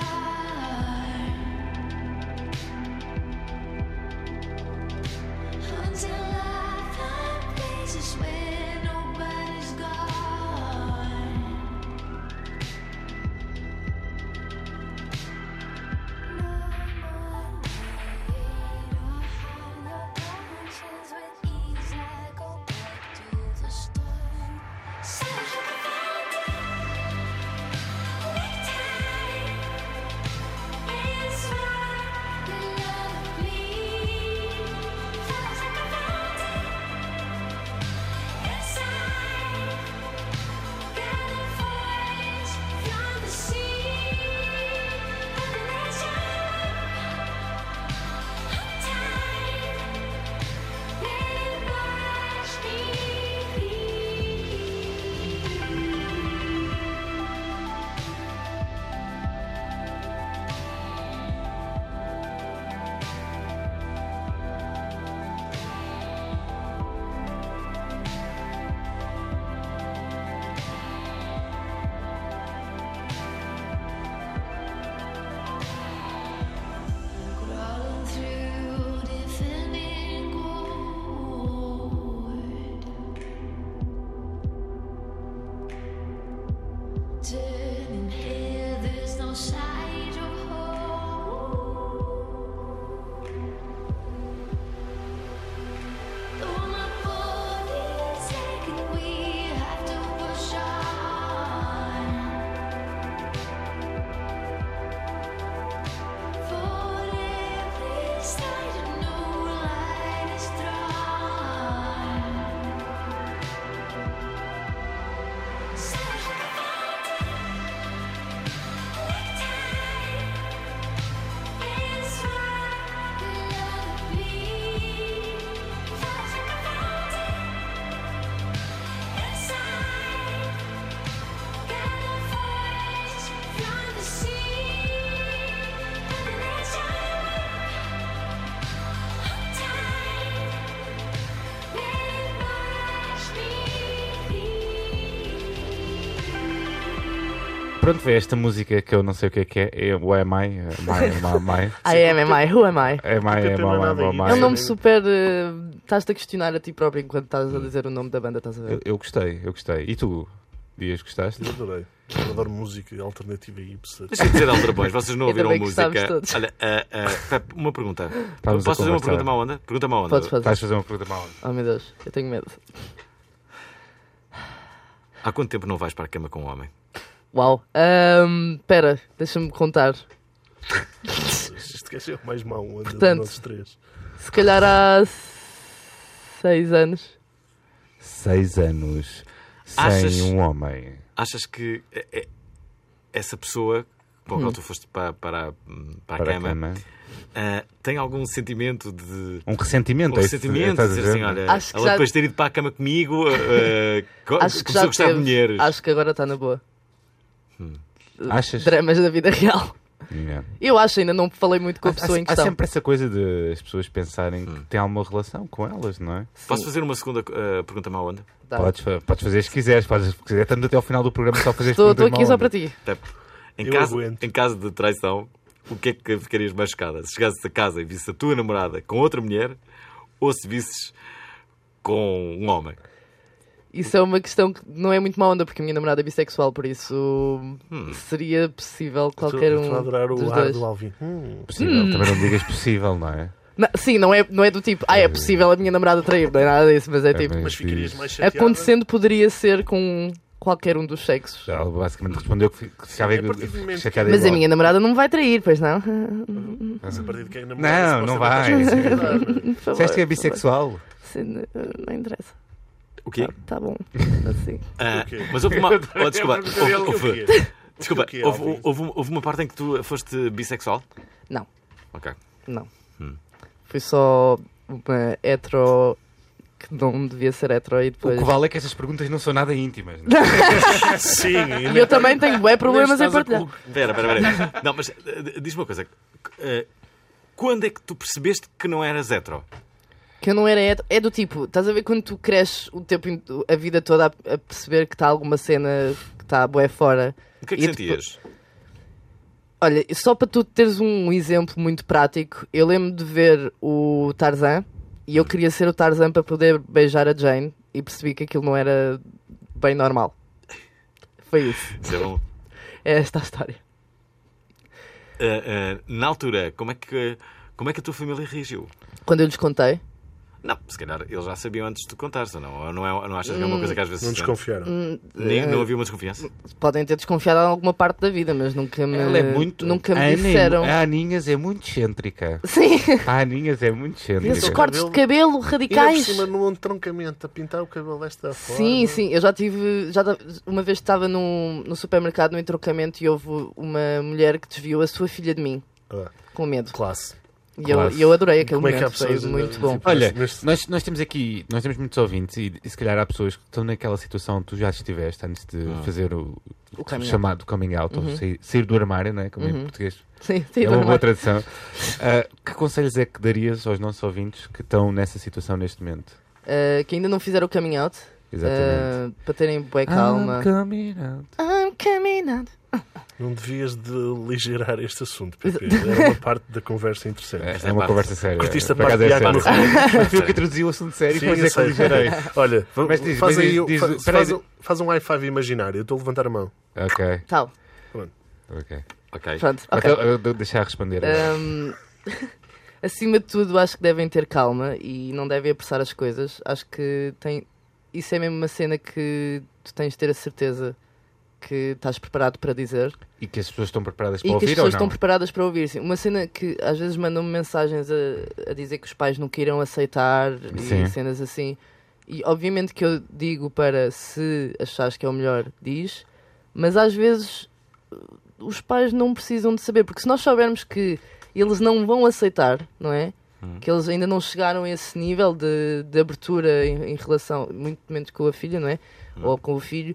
Until I find places where nobody's gone. No more need or hide your conscience with ease. I go back to the start. So it's right, you love me. Feels like a mountain inside. Gathering force from the sea, and the nation. Uptight, let watch me. Crawling through defending gold. Turning here, there's no sight of hope. Though my body's aching, we have to push on. For every side, a new light is drawn. So like a fountain, necktie, it's right, lovely. Flows like a fountain inside. Gather force from the sea and the nation. Uptight, let it wash me free.
Pronto, foi esta música que eu não sei o que é que é. é o Am I? Am I? Am I?
I am, am I, who am I?
Am I? Am I?
não é
Am I? Am I?
nada
É um
isso.
nome super. eh, Estás-te a questionar a ti próprio enquanto estás a dizer o nome da banda, estás a
Eu,
ver?
eu gostei, eu gostei. E tu, Dias, gostaste?
Eu adorei. Eu adoro música alternativa e
[laughs]
hipster.
Deixa eu dizer Elder Boys, vocês não
Ainda
ouviram
bem
a
que
música.
sabes todos.
Olha, ah, ah, Pepe, uma pergunta.
Estávamos a
Posso fazer uma
conversar.
pergunta má onda? Pergunta má onda.
Podes
Estás
fazer.
a fazer uma pergunta mal.
Oh meu Deus, eu tenho medo.
Há quanto tempo não vais para a cama com um homem?
Uau. Ahm, Pera, deixa-me contar.
Este gajo é o mais mau onda de
Portanto,
nós três.
Se calhar há. seis anos.
Seis anos sem
Achas-
um homem.
Achas que eh, eh, essa pessoa com
Hum.
a qual tu foste para, para, hum, para a
Para a
cama,
cama.
ah, tem algum sentimento de.
Um ressentimento,
Um
é isso?
ressentimento,
Estás a
dizer
ver?
assim, olha,
Acho que
ela
já-
depois de ter ido para a cama comigo, ah, ah, co-
[laughs] Acho que
começou
já
a gostar de
teve.
mulheres.
Acho que agora está na boa.
Achas?
Dramas da vida real.
Yeah.
Eu acho, ainda não falei muito com a pessoa
há,
em
há
questão.
sempre essa coisa de as pessoas pensarem que têm alguma relação com elas, não é?
Posso fazer uma segunda ah, pergunta má onda?
Tá.
Podes, fa- podes fazer as que quiseres, podes fazer o que quiseres. Estamos até ao final do programa só a fazer as
Estou estou aqui
perguntas
só
mal
para ti.
Pepe, em
Eu
caso,
aguento.
em caso de traição, o que é que ficarias mais chocada? Se chegasses a casa e visses a tua namorada com outra mulher ou se visses com um homem.
Isso é uma questão que não é muito má onda, porque a minha namorada é bissexual, por isso seria possível qualquer
Estou-
um.
estou a Hum. Então, adorar
dos
o ar
dois.
do Alvin. Hum.
Possível, também não digas possível, não é?
Não, sim, não é, não é do tipo, ah, é possível a minha namorada trair, não é nada disso, mas é tipo.
Mas ficarias mais chateada.
Acontecendo poderia ser com qualquer um dos sexos.
Já, Ela basicamente respondeu que fi- que ficava
a partir do momento
chateada
que-
Mas a
igual.
minha namorada não me vai trair,
[laughs]
pois não?
Mas a partir de quem
Não,
namorada,
não
supostamente, tens
vai.
que
[laughs]
cuidar, não é?
Por favor,
Disseste que é
por favor.
bissexual.
Sim, Não interessa.
O quê?
Tá, tá bom. Assim.
Ah,
O quê?
mas houve [laughs] uma. Oh, desculpa. Houve,
O
houve-
oh,
quê?
desculpa,
O quê,
houve-
Alvin?
houve uma- houve uma parte em que tu foste bissexual?
Não.
Ok.
Não. Foi só uma hetero que não devia ser hetero e
O
depois.
que vale é que estas perguntas não são nada íntimas.
[laughs]
não é?
Sim, e
E eu também tenho bué problemas em
estás a
partilhar.
Espera, espera, [laughs] espera. Não, mas eh, diz-me uma coisa. Eh, Quando é que tu percebeste que não eras hetero?
Que eu não era hetero. É do tipo, estás a ver quando tu cresces o tempo, in- a vida toda a, a perceber que está alguma cena que está bué fora.
O que é que
E
sentias?
Olha, só para tu teres um exemplo muito prático, eu lembro de ver o Tarzan e eu queria ser o Tarzan para poder beijar a Jane e percebi que aquilo não era bem normal. Foi isso.
Isso é bom.
É esta a história.
Eh, eh, na altura, como é, que, como é que a tua família reagiu?
Quando eu lhes contei,
Não, se calhar eles já sabiam antes de tu contares, ou não? Ou não, é, não achas que é uma coisa que às vezes.
Hum, Não é.
se sente?
desconfiaram.
Nem- não havia uma desconfiança?
podem ter desconfiado em alguma parte da vida, mas nunca me,
Ela é muito.
nunca
A
me
Ana-
disseram.
A Aninhas é muito cêntrica.
Sim,
A Aninhas é muito
esses
cêntrica.
cortes de cabelo
Ainda por
radicais.
cima num entroncamento, a pintar o cabelo desta forma.
Sim, sim, eu já tive. Já, ta- uma vez estava num, no supermercado, no entrocamento, e houve uma mulher que desviou a sua filha de mim,
Ah,
com medo.
classe.
E eu,
Claro.
e eu adorei aquele
Como é que há
momento, foi
pessoas
muito bom.
Olha,
Neste-
nós, nós temos aqui, nós temos muitos ouvintes e, e se calhar há pessoas que estão naquela situação que tu já estiveste antes de
Ah.
fazer o,
O coming out.
chamado coming out,
Uhum.
ou sair, sair do armário, não é? Como em português
Sim, sim,
é uma boa
normal.
tradução. Ah, que conselhos é que darias aos nossos ouvintes que estão nessa situação neste momento?
Uh, que ainda não fizeram o coming out.
Exatamente. Ah,
uh, para terem bem calma.
I'm coming out.
I'm coming out.
Não devias de aligerar este assunto, [laughs] Pepe. Era uma parte da conversa interessante.
É,
é
uma
parte-
conversa séria.
Curtiste a
Por acaso
parte de
é
água
séria.
no
[laughs] Fui eu que introduzi o assunto sério,
Sim,
mas
eu
é que
sei.
aligerei.
[laughs] Olha,
Mas diz-
faz
mas
aí
diz-
o-
diz-
faz-
espera aí.
faz um- faz um i5 imaginário. Eu estou a levantar a mão.
Ok,
Tal.
ok.
Ok.
Pronto, ok.
Então, eu vou deixar responder.
Um, [laughs] acima de tudo, acho que devem ter calma e não devem apressar as coisas. Acho que tem... isso é mesmo uma cena que tu tens de ter a certeza que estás preparado para dizer
E que as pessoas estão preparadas para
e que as
ouvir ou
pessoas estão
não?
preparadas para ouvir. Sim, uma cena que às vezes mandam-me mensagens a, a dizer que os pais nunca irão aceitar
Sim.
e cenas assim. E obviamente que eu digo para se achares que é o melhor, diz, mas às vezes uh, os pais não precisam de saber, porque se nós soubermos que eles não vão aceitar, não é?
Hum.
Que eles ainda não chegaram a esse nível de, de abertura em, em relação, muito menos com a filha, não é?
Hum.
Ou com o filho,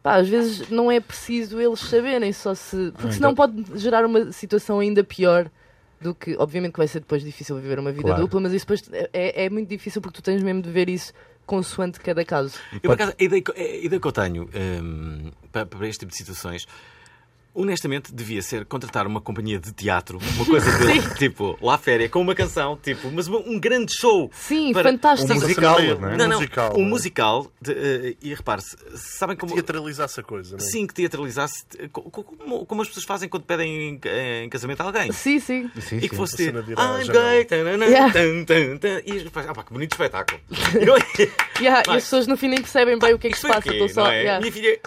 Pá, às vezes não é preciso eles saberem, só se. Porque senão pode gerar uma situação ainda pior do que. Obviamente que vai ser depois difícil viver uma vida
Claro.
dupla, mas isso depois é- é, é muito difícil porque tu tens mesmo de ver isso consoante cada caso.
Eu, por acaso, a ideia, que- a ideia que eu tenho hum, pa- para, este tipo de situações, honestamente, devia ser contratar uma companhia de teatro, uma coisa
[laughs]
de, tipo, lá à férias, com uma canção, tipo, mas uma- um grande show.
Sim,
Para-
fantástico.
Um musical,
Meio-
não é?
um
Não, não,
musical,
um
não é?
musical. de, eh, e repare-se, sabem como.
Teatralizasse a coisa, não é?
Sim, que teatralizasse. eh, co- co- Como, como as pessoas fazem quando pedem em, em casamento a alguém.
Sim, sim.
Sim,
E que
sim.
fosse ter.
A cena de ir à
I'm
janela."
gay. tanana,
Yeah.
tan, tan, tan", E os rapazes, ah, pá, que bonito
[laughs]
espetáculo. E não é-
Yeah, e
Vai.
as pessoas no fim nem percebem bem o que é que
Isto
se
foi o
passa.
quê,
estão só-
não é?
yeah.
Minha filha,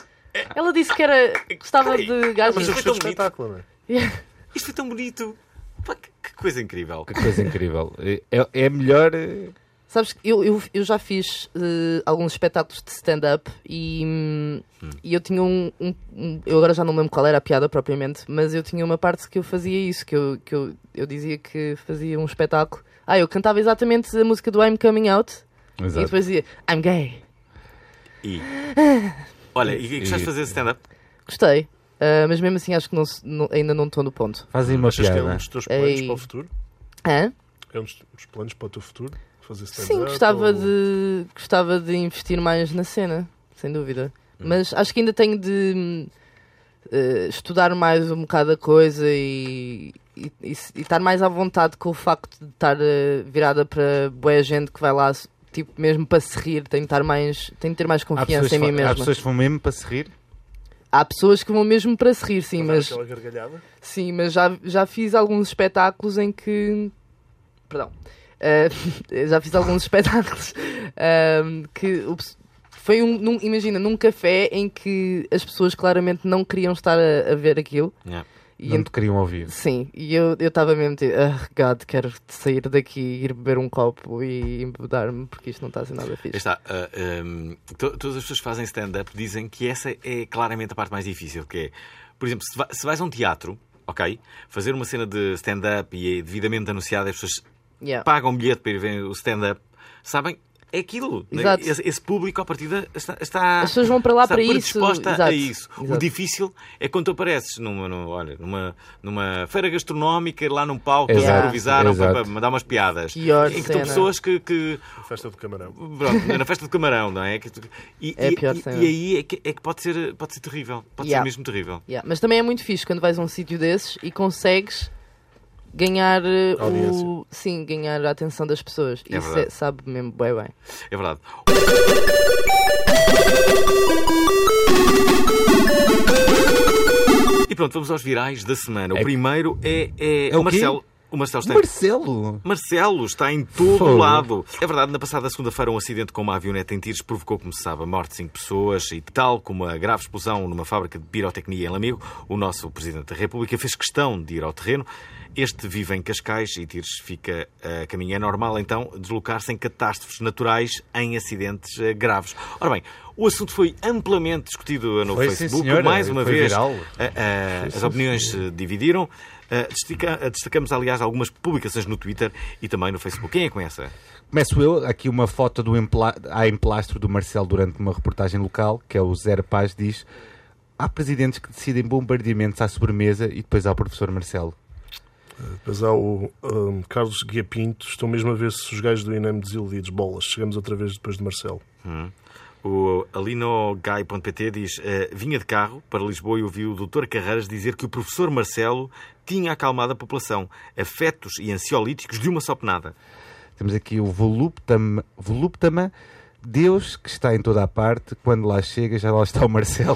Ela disse que era. gostava
Peraí,
de
Mas
gajos.
Foi
eu
tão
gostei do
bonito.
espetáculo, não é?
Yeah.
isto foi tão bonito. Pá, que- que coisa incrível.
Que coisa incrível. É, é melhor. eh,
Sabes que eu, eu, eu já fiz eh, alguns espetáculos de stand-up e, hum, e eu tinha um, um- um- Eu agora já não me lembro qual era a piada propriamente, mas eu tinha uma parte que eu fazia isso, que eu, que eu, eu dizia que fazia um espetáculo. Ah, eu cantava exatamente a música do I'm Coming Out e
Exato.
depois dizia I'm gay.
E. Olha, e gostaste de fazer stand-up?
Gostei, Ah, mas mesmo assim acho que não se- não- ainda não estou no ponto.
Fazem uma
Achas que é um
piada.
dos teus planos
Ei.
para o futuro?
Hã?
É um dos dos planos para o teu futuro? Fazer stand-up?
Sim, gostava
ou-
de gostava de investir mais na cena, sem dúvida. Mas acho que ainda tenho de hum, eh, estudar mais um bocado a coisa e, e e, e- e estar mais à vontade com o facto de estar eh, virada para boa gente que vai lá, tipo, mesmo para se rir, tenho de, estar mais, tenho de ter mais
Há pessoas,
confiança
que
em mim
vão- há
mesma.
pessoas que vão mesmo para se rir.
Há pessoas que vão mesmo para se rir, sim,
Para dar
mas,
Aquela gargalhada.
sim, mas já, já fiz alguns espetáculos em que. Perdão. Eh, [laughs] já fiz alguns espetáculos ehm, que o pes- foi um. num- imagina, num café em que as pessoas claramente não queriam estar a, a ver aquilo.
Yeah.
E
não
ent-
te queriam ouvir.
Sim, e eu estava mesmo tipo, ah, God, quero sair daqui, ir beber um copo e embudar-me, porque isto não está a ser nada
Aí
fixe.
Está, ah, hum, to- todas as pessoas que fazem stand-up dizem que essa é claramente a parte mais difícil, que é, por exemplo, se, va- se vais a um teatro, ok, fazer uma cena de stand-up e é devidamente anunciada, as pessoas
Yeah.
pagam um bilhete para ir ver o stand-up, sabem? É aquilo. né?
Exato.
Esse, esse público, à partida, está, está,
As pessoas vão para lá
está
para isso.
predisposta a
Exato.
isso. O
Exato.
difícil é quando tu apareces numa, numa- olha, numa, numa feira gastronómica, lá num palco,
Exato,
a improvisar, ou para,
exato.
para mandar umas piadas.
Pior
em que estão
cena.
pessoas que- que
Festa do camarão.
Pronto, na festa de camarão, não é? Que tu- E,
É a
e-
pior
e,
cena.
e aí é que, é que pode, ser, pode ser terrível. Pode
Yeah.
ser mesmo terrível.
Yeah, Mas também é muito fixe quando vais a um sítio desses e consegues ganhar eh, o.
Audiência.
Sim, ganhar a atenção das pessoas.
É
Isso
verdade.
é- sabe mesmo bem bem.
É verdade. E pronto, vamos aos virais da semana. O
É-
primeiro é, é,
É o quê?
Marcelo. O Marcelo está em
Marcelo!
Marcelo está em todo o
Fogo.
lado. É verdade, na passada segunda-feira, um acidente com uma avioneta em tiros provocou, como se sabe, a morte de cinco pessoas e, tal como a grave explosão numa fábrica de pirotecnia em Lamego, o nosso Presidente da República fez questão de ir ao terreno. Este vive em Cascais e Tires fica a caminho. É normal, então, deslocar-se em catástrofes naturais em acidentes eh, graves. Ora bem, o assunto foi amplamente discutido no
Foi, sim,
Facebook.
senhora,
Mais uma
foi
vez,
viral.
ah, ah, as opiniões se dividiram. Ah, destica- ah, destacamos, aliás, algumas publicações no Twitter e também no Facebook. Quem é que começa?
Começo eu, aqui uma foto do empla... a emplastro do Marcelo durante uma reportagem local, que é o Zero Paz, diz há presidentes que decidem bombardeamentos à sobremesa e depois há o professor Marcelo.
Depois há o hum, Carlos Guia Pinto. Estou mesmo a ver se os gajos do INEM desiludidos. Bolas. Chegamos outra vez depois de Marcelo.
O alinogai.pt diz eh, vinha de carro para Lisboa e ouviu o doutor Carreiras dizer que o professor Marcelo tinha acalmado a população. Afetos e ansiolíticos de uma só penada.
Temos aqui o Voluptama, Voluptama Deus que está em toda a parte, quando lá chega já lá está o Marcelo.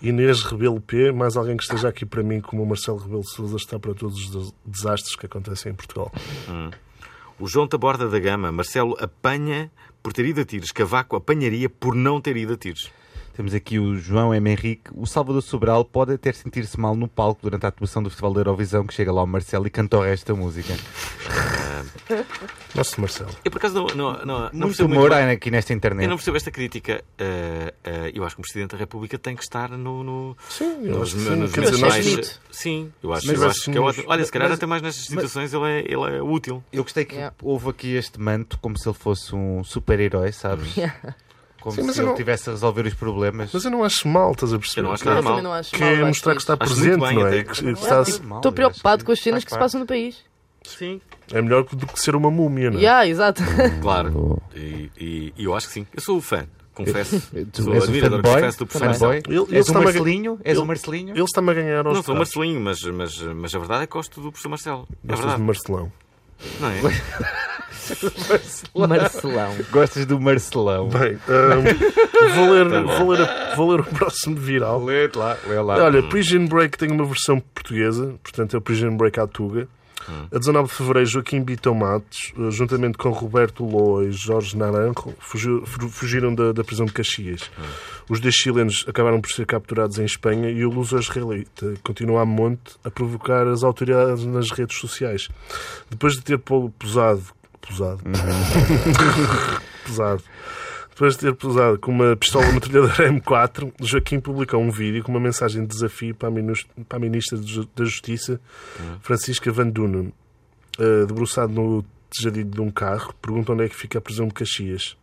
Inês Rebelo P. Mais alguém que esteja aqui para mim, como o Marcelo Rebelo de Souza, está para todos os des- desastres que acontecem em Portugal.
O João Taborda da Gama, Marcelo apanha por ter ido a tiros. Cavaco apanharia por não ter ido a tiros.
Temos aqui o João M. Henrique. O Salvador Sobral pode até sentir-se mal no palco durante a atuação do Festival da Eurovisão, que chega lá o Marcelo e canta o resto da música.
Nosso Marcelo.
Eu, por acaso, não, não, não, não
Muito
percebo
humor
bem-
há aqui nesta internet.
Eu não percebo esta crítica. Eh, eh, eu acho que o Presidente da República tem que estar no. no
Sim, eu
nos,
acho que sim.
nos
Quer
momentos
dizer, nós-
Mas-
mais. Sim, eu acho,
Mas
eu acho que é
nós-
ótimo. Olha, se calhar
mas-
até mais nestas situações ele, é, ele é útil.
Eu gostei que
Yeah.
houve aqui este manto como se ele fosse um super-herói, sabes? Como
Sim, mas
se
eu
ele
não-
estivesse a resolver os problemas.
Mas eu não acho mal, estás a perceber?
Eu não acho
Que-
nada
Eu
mal.
também não acho
Que
mal,
é
acho
mostrar que
fixe.
está
Acho muito
presente,
bem,
não é?
até.
Que- que está-
mal,
Estou
eu
preocupado
acho
com as cenas
faz
que se
parte.
passam no país.
Sim.
é melhor do que ser uma múmia, não é?
Yeah, exato. [laughs]
Claro. E, e- e eu acho que sim. Eu sou o fã, confesso.
[laughs] Tu
sou
és o
admirador,
fanboy?
confesso, do professor
Fanboy?
Marcelo.
Ele- ele
És o
também-
Marcelinho? És o
ele-
Marcelinho?
Ele está-me a ganhar aos
Não sou o
tratos.
Marcelinho, mas, mas, mas a verdade é que gosto do professor Marcelo. É
Gostas de
verdade.
Marcelão.
Não é?
Marcelão.
Gostas do Marcelão?
Bem,
[laughs]
hum,
Tá
vou, ler, vou, ler, a- vou ler o próximo viral.
Lê lá, lê lá.
Olha, Prison Break tem uma versão portuguesa, portanto é o Prison Break à Tuga. A 19 de fevereiro, Joaquim Bitão Matos, eh, juntamente com Roberto Ló e Jorge Naranjo, fugiu- fu- fugiram da, da prisão de Caxias. Os dois chilenos acabaram por ser capturados em Espanha e o luso israelita continua a monte a provocar as autoridades nas redes sociais. Depois de ter pô- posado. Posado. [laughs] pesado. Depois de ter posado com uma pistola metralhadora M4, Joaquim publicou um vídeo com uma mensagem de desafio para a, minus- para a Ministra de Ju- da Justiça, Francisca Van Dunen. Uh, debruçado no tejadilho de um carro, pergunta onde é que fica a prisão de Caxias.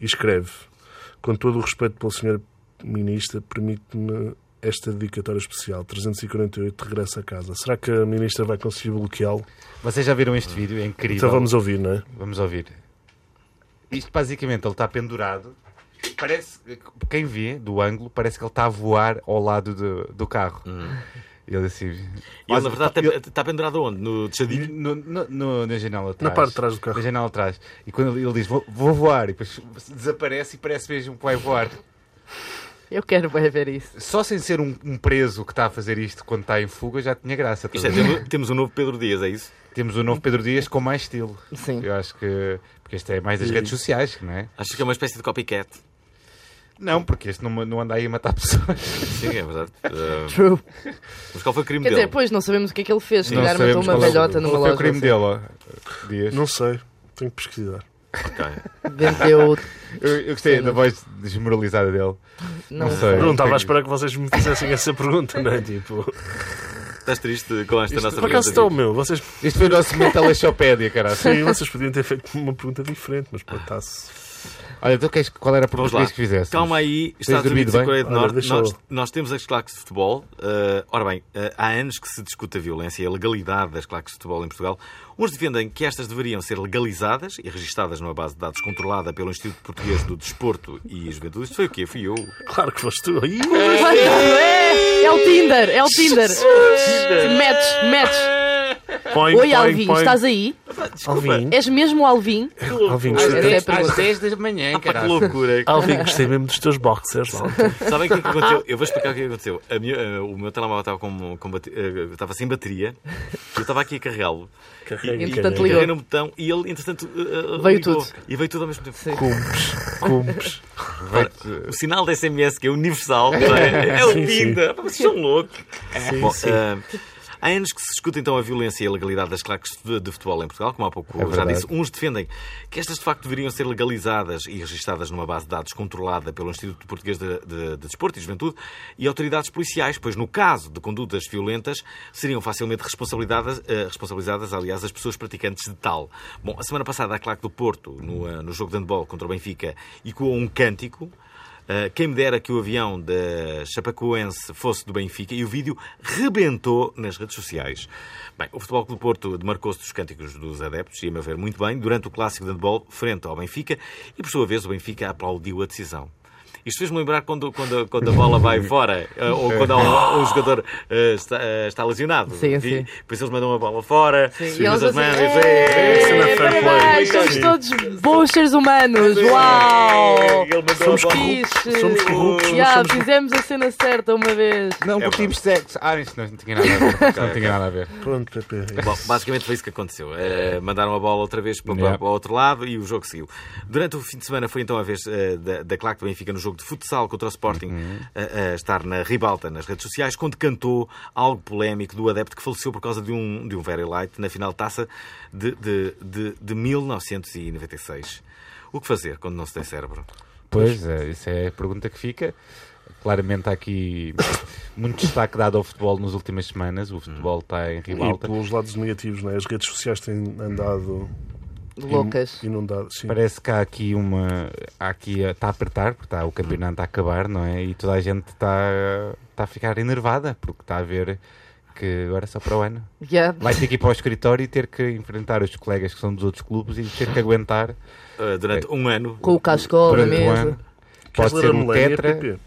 E escreve: Com todo o respeito pela Senhora Ministra, permite-me esta dedicatória especial. 348 regressa a casa. Será que a Ministra vai conseguir bloqueá-lo?
Vocês já viram este vídeo? É incrível.
Então vamos ouvir, não é?
Vamos ouvir. Isto basicamente ele está pendurado.
Hum.
Parece quem vê do ângulo parece que ele está a voar ao lado do, do carro. Ele assim.
Ele, na verdade, está, está pendurado onde? No deixadinho?
No, no- no- na janela atrás.
Na parte de trás do carro.
Na janela atrás. E quando ele, ele diz, vou, vou voar, e depois desaparece e parece mesmo que vai voar.
Eu quero bem ver isso.
Só sem ser um, um preso que está a fazer isto quando está em fuga já tinha graça. estás
Isto é,
a ver?
temos, temos um novo Pedro Dias, é isso?
Temos o novo Pedro Dias com mais estilo.
Sim.
Eu acho que. Porque este é mais das redes sociais, não é?
Acho que é uma espécie de copycat.
Não, porque este não, não anda aí a matar pessoas.
Sim, é verdade. Ah,
True.
mas qual foi o crime
Quer
dele?
dizer, pois não sabemos o que é que ele fez. Se
Não
calhar matou
sabemos
uma
qual é o-
velhota numa
qual foi
loja.
o crime dele, ó, Dias.
Não sei, tenho que pesquisar.
Ok.
Vendeu.
Eu, eu gostei da voz desmoralizada dele.
Não,
Não sei.
Eu não estava
tenho-
à espera que vocês me
[laughs]
fizessem essa pergunta, não é? Tipo,
Estás triste com esta nossa
por acaso está o
pergunta?
meu?
[laughs]
Vocês,
Este foi o nosso momento da Lexopédia, caralho.
sim, vocês podiam ter feito uma pergunta diferente, mas pronto, está-se.
Olha, então queres- qual era a
Vamos
pergunta
lá.
que fizesse?
Calma aí, Estados
dormido
Unidos e
bem?
Coreia do
Olha,
Norte.
deixa
Nós,
eu-
nós temos as claques de futebol. Ah, ora bem, ah, há anos que se discute a violência e a legalidade das claques de futebol em Portugal. Uns defendem que estas deveriam ser legalizadas e registadas numa base de dados controlada pelo Instituto Português do Desporto e Juventude. Isto foi o quê? Fui
[laughs]
eu.
Claro que foste tu. Ih,
É, é o Tinder, é o
[laughs]
Tinder. Match, match.
Põe,
Oi
põe,
Alvin,
põe.
estás aí?
Alvin,
És mesmo o Alvin?
Alvin, gostei,
dez- às
10 da manhã,
Pá, que loucura.
Ah,
Alvin, gostei mesmo dos teus boxers. lá.
[laughs]
Sabem o que é que aconteceu? Eu vou explicar o que é que aconteceu. A minha- eh, o meu telemóvel estava, com, com bate- eh, estava sem bateria. Eu estava aqui a carregá-lo.
Carrega,
E-
Entretanto,
carrega.
ligou.
Carreguei no botão e ele, entretanto, eh, eh,
Veio
ligou.
tudo.
E veio tudo ao mesmo tempo.
Cumpres, cumpres.
O sinal da SMS, que é universal, não é, é o
Sim, sim.
Tinder. Pá, Vocês são loucos. Bom,
sim.
ah, há anos que se discute então a violência e a legalidade das claques de de futebol em Portugal, como há pouco
É
já
verdade.
disse. Uns defendem que estas de facto deveriam ser legalizadas e registadas numa base de dados controlada pelo Instituto Português de, de- de Desporto e Juventude e autoridades policiais, pois no caso de condutas violentas seriam facilmente responsabilizadas, eh, responsabilizadas aliás, as pessoas praticantes de tal. Bom, a semana passada a Claque do Porto, no, eh, no jogo de handball contra o Benfica, ecoou um cântico Uh, quem me dera que o avião da Chapacoense fosse do Benfica e o vídeo rebentou nas redes sociais. Bem, o Futebol Clube do Porto demarcou-se dos cânticos dos adeptos, e a meu ver muito bem, durante o clássico de handball frente ao Benfica e, por sua vez, o Benfica aplaudiu a decisão. Isto fez-me lembrar quando, quando, quando a bola vai fora, uh, ou quando há um, um jogador uh, está, uh, está lesionado.
Sim,
e
sim.
Depois eles mandam a bola fora,
Sim.
e
E
as
eles
mãos,
assim,
"É,
Isso não é fair
É,
play.
parabéns,
Sim.
somos todos bons seres humanos. Uau!
Ele mandou
Somos
a bola.
Fixe.
Somos corruptos, mas
Já,
somos-
fizemos a cena certa uma vez.
Não, porque tínhamos sexo. Ah, isso não tinha nada a ver. Não tinha nada a ver.
Pronto, Pepe.
Bom, basicamente foi isso que aconteceu. Eh, mandaram a bola outra vez para, para-
Yeah.
para o outro lado e o jogo seguiu. Durante o fim de semana foi então a vez eh, da, da Claque do Benfica no jogo de futsal contra o Sporting eh, a, a estar na ribalta nas redes sociais, quando cantou algo polémico do adepto que faleceu por causa de um, de um very light na final de taça de, de, de, de 1996. O que fazer quando não se tem cérebro?
Pois, é, isso é a pergunta que fica. Claramente há aqui muito destaque dado ao futebol nas últimas semanas. O futebol está em
E
ribalta.
pelos lados negativos, né? as redes sociais têm andado in-
Loucas.
inundadas. Sim.
Parece que há aqui uma. Há aqui, está a apertar, porque está, o campeonato a acabar, não é? E toda a gente está, está a ficar enervada, porque está a ver que agora é só para o ano.
Yeah.
Vai ter que ir para o escritório e ter que enfrentar os colegas que são dos outros clubes e ter que aguentar
Eh, durante um ano.
Com o cascol na
durante o
mesa.
ano.
Queres
Pode
ler
ser
a
um
Millennium,
tetra,
Pepe?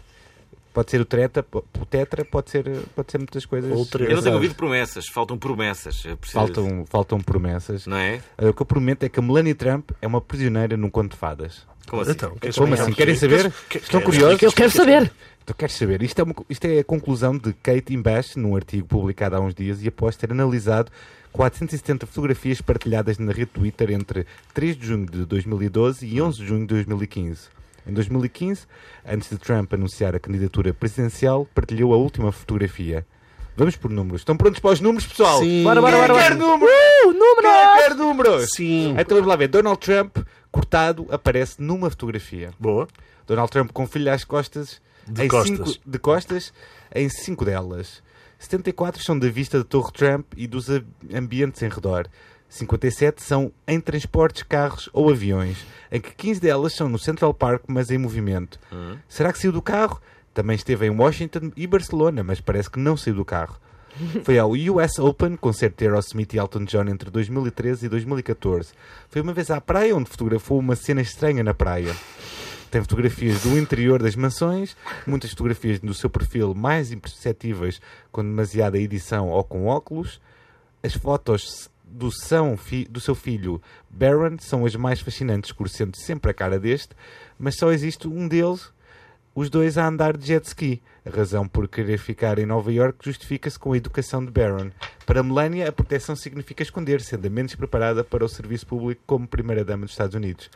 pode ser o treta, po- o tetra, pode ser, pode ser muitas coisas.
Ou o treta.
Eu não tenho
engraçadas.
ouvido promessas, faltam promessas. Eu preciso-
Faltam, faltam promessas.
Não é?
Olha, O que eu prometo é que a Melania Trump é uma prisioneira num conto de fadas.
Como assim?
Então, queres
Como
explicar
assim?
porquê?
Querem saber?
Queres-
Estão
queres-
curiosos?
Eu quero saber.
Tu queres saber? Isto é, uma co- isto é a conclusão de Kate Imbash num artigo publicado há uns dias e após ter analisado 470 fotografias partilhadas na rede Twitter entre 3 de junho de 2012 e 11 de junho de 2015. Em 2015, antes de Trump anunciar a candidatura presidencial, partilhou a última fotografia. Vamos por números. Estão prontos para os números, pessoal?
Sim.
Bora, bora, bora.
Quem
bora.
quer
números? Quem quer números?
Sim.
Então vamos lá ver. Donald Trump, cortado, aparece numa fotografia.
Boa.
Donald Trump com filho às costas,
De
em
costas.
Cinco, de costas, em cinco delas. 74 são da vista da Torre Trump e dos a- ambientes em redor. 57 são em transportes, carros ou aviões, em que 15 delas são no Central Park, mas em movimento.
Hum.
Será que saiu do carro? Também esteve em Washington e Barcelona, mas parece que não saiu
[laughs]
do carro. Foi ao US Open, concerto de Aerosmith e Elton John entre 2013 e 2014. Foi uma vez à praia onde fotografou uma cena estranha na praia. Tem fotografias do interior das mansões, muitas fotografias no seu perfil mais imperceptíveis com demasiada edição ou com óculos. As fotos do, são fi- do seu filho Baron são as mais fascinantes, escurecendo sempre a cara deste, mas só existe um deles, os dois a andar de jet ski. A razão por querer ficar em Nova York justifica-se com a educação de Baron. Para Melania, a proteção significa esconder, sendo a menos preparada para o serviço público como primeira-dama dos Estados Unidos.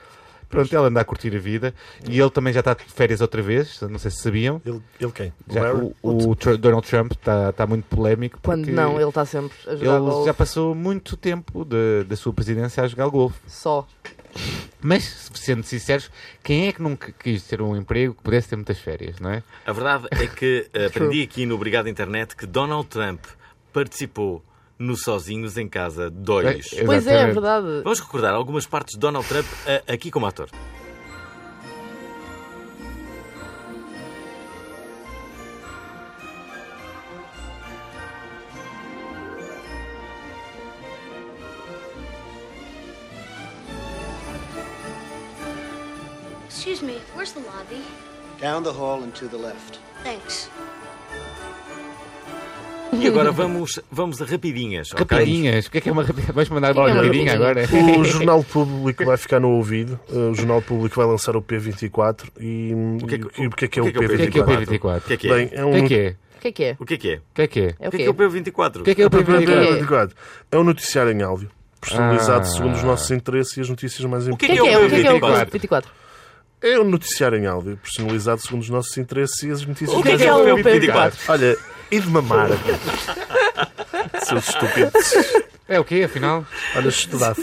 Pronto, ela anda a curtir a vida e ele também já está de férias outra vez, não sei se sabiam.
Ele, ele quem?
Já,
Larry?
o o Tr- Donald Trump está está muito polémico.
Quando
porque
não, ele está sempre a jogar
ele
golfe
já passou muito tempo de- da sua presidência a jogar golfe.
só.
Mas, sendo sinceros, quem é que nunca quis ter um emprego que pudesse ter muitas férias, não é?
A verdade é que aprendi aqui no Obrigado Internet que Donald Trump participou no Sozinhos em Casa 2.
É,
Pois é, é
Exatamente.
verdade.
Vamos recordar algumas partes de Donald Trump a- aqui como ator.
Excuse me, where's the lobby?
Down the hall and to the left.
Thanks.
E agora vamos, vamos a rapidinhas, ok?
Rapidinhas, o que é que é uma rapidinha? Vais mandar uma
é uma
rapidinha agora?
rapidinha?
O Jornal Público vai ficar no ouvido. Uh, O Jornal Público vai lançar o P24 e o
que é que-
que, que é que é
o
o
que é que é o
O que é que é o
P24?
O que
P24?
é que é?
Bem, é
O
um
que é que é?
O que é que é?
O que é que é?
O que é que
É
é?
O
o
que é
quê?
que é o P24?
O que é que é o P24?
P24. É um noticiário em áudio, personalizado
Ah.
segundo os nossos interesses e as notícias mais
O que
importantes.
O que é que é? O que é que é o
P24?
24?
É um noticiário em áudio, personalizado segundo os nossos interesses e as notícias
O que é
mais
que é
importantes.
o
P24?
P24?
Olha, e de mamar, pá. seus estúpidos.
É o quê, afinal?
Olha, estudar.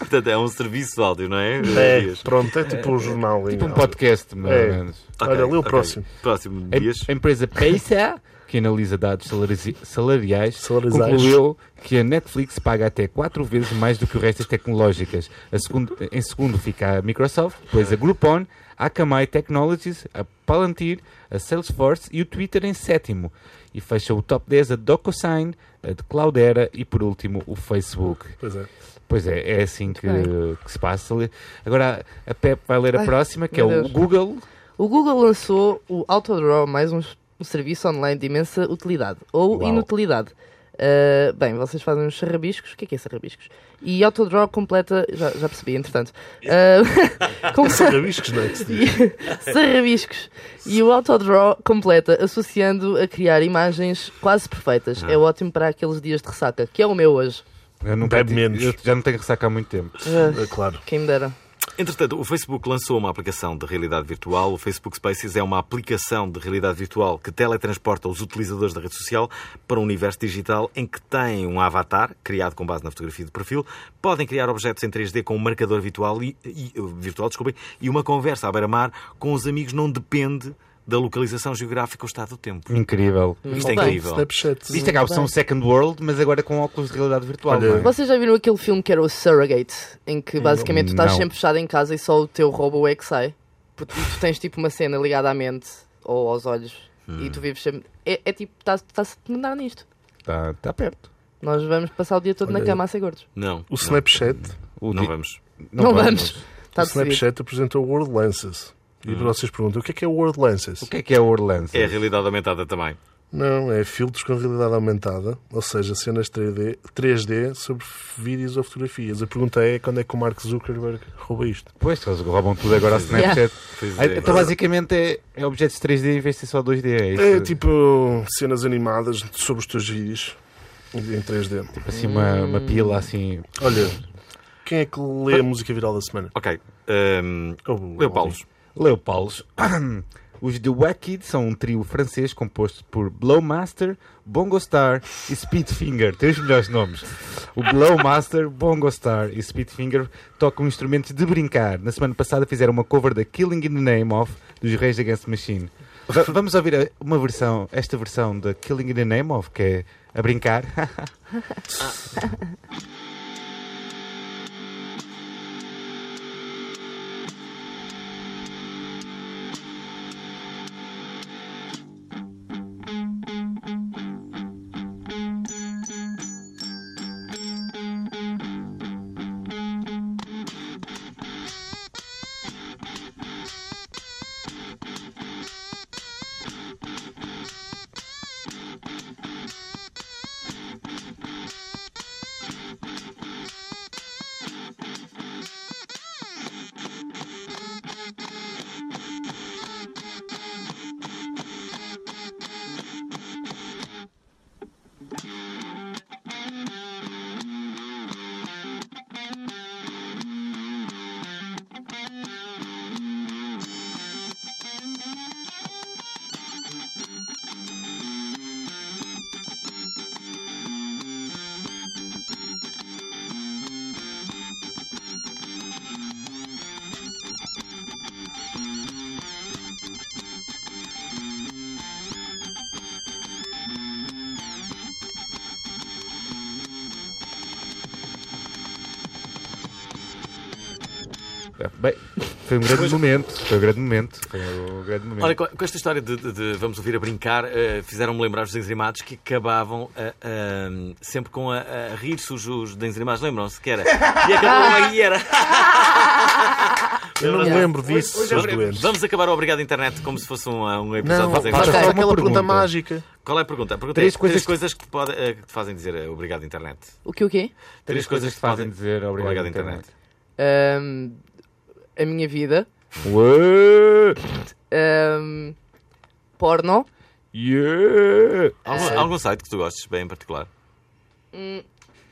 Portanto, é um serviço de áudio, não [laughs] é?
É,
Dias.
pronto, é tipo um jornal em
Tipo um
áudio.
podcast, mais
É.
ou menos.
Ok,
Olha, lê o
ok.
próximo.
Próximo,
A
Dias.
a empresa Paysa, que analisa dados salarizi- salariais,
Salariais.
concluiu que a Netflix paga até 4 vezes mais do que o resto das tecnológicas. A segundo- em segundo fica a Microsoft, depois a Groupon, a Akamai Technologies, a Palantir, a Salesforce e o Twitter em sétimo. E fecha o top 10 a DocuSign, a de Cloudera e, por último, o Facebook.
Pois é.
Pois é, é assim que,
bem.
que se passa. Agora a Pep vai ler a
Ai,
próxima, que é
meu
o
Deus.
Google.
O Google lançou o Autodraw, mais um, s- um serviço online de imensa utilidade. Ou
Uau.
inutilidade. Ah, bem, vocês fazem uns sarrabiscos. O que é que é sarrabiscos? E Autodraw completa. Já, já percebi, entretanto. Ah, [laughs] com-
Rabiscos, não é? que se
[laughs]
diz?
Sarrabiscos. E o Autodraw completa, associando a criar imagens quase perfeitas. É ótimo para aqueles dias de ressaca, que é o meu hoje. Ah,
Eu nunca
Bebe
ti-
menos.
eu já não tenho ressaca há muito tempo.
É claro.
Quem me dera.
Entretanto, o Facebook lançou uma aplicação de realidade virtual. O Facebook Spaces é uma aplicação de realidade virtual que teletransporta os utilizadores da rede social para um universo digital em que têm um avatar criado com base na fotografia de perfil, podem criar objetos em 3D com um marcador virtual e, e- virtual, desculpem, e uma conversa à beira-mar com os amigos não depende da localização geográfica ou estado do tempo.
Incrível.
Isto é
Bem,
incrível.
Snapchat.
Isto é que a opção Second World, mas agora com óculos de realidade virtual.
Olha,
não é?
Vocês já viram aquele filme que era o Surrogate, em que basicamente tu estás
Não.
sempre fechado em casa e só o teu robô é que sai? Porque tu tens tipo uma cena ligada à mente ou aos olhos e tu vives sempre. É, é tipo, está-se a andar nisto.
Está tá perto.
Nós vamos passar o dia todo na
Olha,
cama a ser gordos.
Não,
O Snapchat,
O
não
di-
vamos.
Não, vamos.
o
Tá Está decidido.
Snapchat apresentou o World Lenses. E vocês perguntam, o que é que é o World Lenses?
O que é que é o Orlando?
É a realidade aumentada também.
Não, é filtros com realidade aumentada, ou seja, cenas 3D, 3D sobre vídeos ou fotografias. A pergunta é quando é que o Mark Zuckerberg rouba isto?
Pois, eles roubam tudo agora ao Snapchat.
Pois
Ah,
é.
Então, basicamente, é, é objetos 3D em vez de ser só 2D. É, isso?
É tipo cenas animadas sobre os teus vídeos em 3D.
Tipo assim, uma, uma pila assim.
Olha, quem é que lê a música viral da semana?
Ok. hum,
Ou-
Leo Paulos.
Leopolds. [clears throat] Os The Wackid são um trio francês composto por Blowmaster, Bongo Star e Speedfinger. Tem os melhores nomes. O Blowmaster, Bongo Star e Speedfinger tocam instrumentos de brincar. Na semana passada fizeram uma cover da Killing in the Name of dos Rage Against the Machine.
[laughs]
Va- vamos ouvir a- uma versão, esta versão da Killing in the Name of, que é a
[laughs]
brincar. Bem, foi um grande momento. Foi um grande momento. Foi um grande momento.
Olha, com com esta história de, de- de vamos ouvir a brincar, eh, fizeram-me lembrar os desenrimados que acabavam a- a- sempre com a, a rir-se os, os desenrimados, lembram-se que era. E acabou aí, era.
Eu não me lembro disso, seus doentes.
Vamos acabar o Obrigado Internet como se fosse um, um episódio
Não,
de
faz
desenrimados.
só
Ok,
aquela
uma
pergunta,
pergunta.
mágica.
Qual é a pergunta? A pergunta
Três
é,
coisas
três
que-
coisas que, te podem, eh, que te fazem dizer eh, Obrigado Internet.
O que o quê?
Três coisas que fazem
dizer obrigado,
Obrigado
à
Internet.
Ahm, a minha vida.
Ué!
Ahm, porno.
Yeah!
Algum, algum site que tu gostes, bem em particular?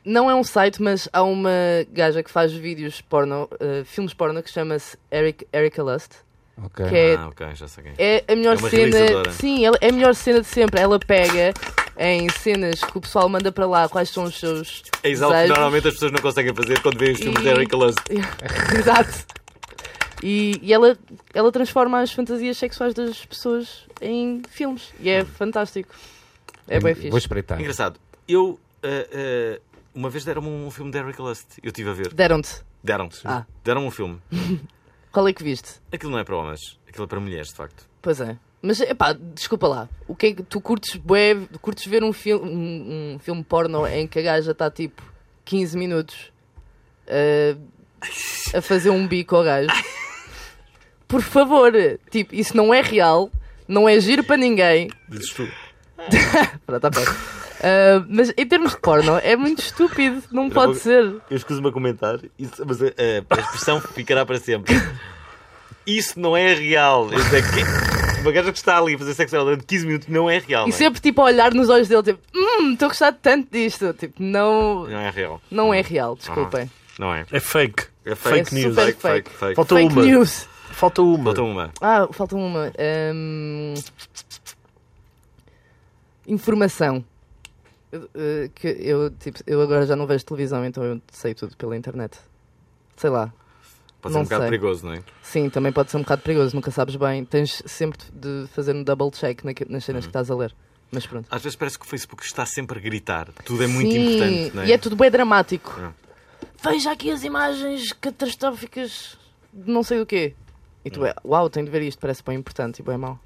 Não é um site, mas há uma gaja que faz vídeos porno, eh, filmes porno, que chama-se Eric, Erica Lust.
Ok.
Que é
Ah, ok, já sei quem.
É a melhor
É uma realizadora.
cena. Sim, ela- é a melhor cena de sempre. Ela pega em cenas que o pessoal manda para lá quais são os seus.
É exato,
desejos.
normalmente as pessoas não conseguem fazer quando veem os filmes
E-
de Eric Lust.
[laughs] Exato. E, e ela, ela transforma as fantasias sexuais das pessoas em filmes. E
Hum.
é fantástico. É bem
Hum, Vou
fixe.
espreitar.
Engraçado, eu. ah, ah, uma vez deram-me um filme de Eric Lust. Eu estive a ver.
Deram-te.
Deram.
Ah.
Deram um filme.
Qual é que viste?
Aquilo não é para homens, aquilo é para mulheres, de facto.
Pois é. Mas, epá, desculpa lá. O que é que tu curtes, bué, curtes ver um filme, um, um filme porno em que a gaja está tipo 15 minutos eh, a fazer um bico ao gajo? Por favor, tipo, isso não é real, não é giro para ninguém.
Dizes tu.
Pronto, tá perto. Eh, mas em termos de porno, é muito estúpido, não pode
vou-
ser.
Eu escuso-me a comentar, isso, mas a, a- a expressão ficará para sempre. [laughs] Isso não é real. Isso é que- Uma gaja que está ali a fazer sexo oral durante 15 minutos não é real.
E
não é?
sempre tipo a olhar nos olhos dele, tipo, hum, estou a gostar tanto disto. Tipo, não,
Não é real.
não é real, desculpem.
Não é.
É fake.
É
Fake
é
news.
super
Fake, fake,
fake.
fake.
Falta
Fake
uma.
news.
Falta uma.
Falta uma.
Ah, falta uma. Hum, Ahm, Informação. Eu, eh, que eu, tipo, eu agora já não vejo televisão, então eu sei tudo pela internet. Sei lá.
Pode ser um
Não
bocado
sei.
perigoso, não é?
Sim, também pode ser um bocado perigoso, nunca sabes bem. Tens sempre de fazer um double check naque- nas
Uhum.
cenas que estás a ler. Mas pronto.
Às vezes parece que o Facebook está sempre a gritar. Tudo é muito
Sim,
importante, não é?
E é tudo bem dramático.
Hum.
Veja aqui as imagens catastróficas de não sei do quê. E
Hum.
tu é, uau, tenho de ver isto, parece bem importante e bem mau.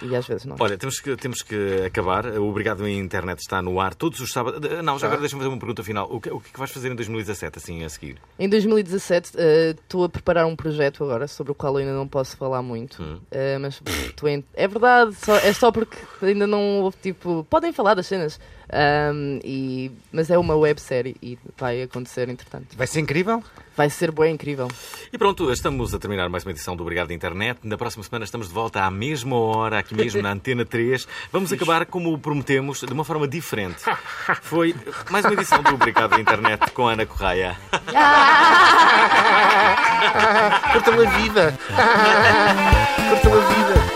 E às vezes não.
Olha, temos que, temos que acabar. Obrigado, a internet está no ar todos os sábados. Eh, Não, já agora deixa-me fazer uma pergunta final. O que, o que é que vais fazer em 2017, assim, a seguir?
Em 2017 eh, estou a preparar um projeto agora sobre o qual eu ainda não posso falar muito, Eh, mas pff, estou em- é verdade, só- é só porque ainda não houve tipo. Podem falar das cenas, Ahm, e- mas é uma websérie e vai acontecer entretanto.
Vai ser incrível?
Vai ser bem incrível.
E pronto, estamos a terminar mais uma edição do Obrigado Internet. Na próxima semana estamos de volta à mesma hora, aqui mesmo na Antena 3. Vamos acabar como prometemos, de uma forma diferente. Foi mais uma edição do Obrigado Internet com a Ana Correia.
[laughs] Corta-me a vida. Corta-me a vida.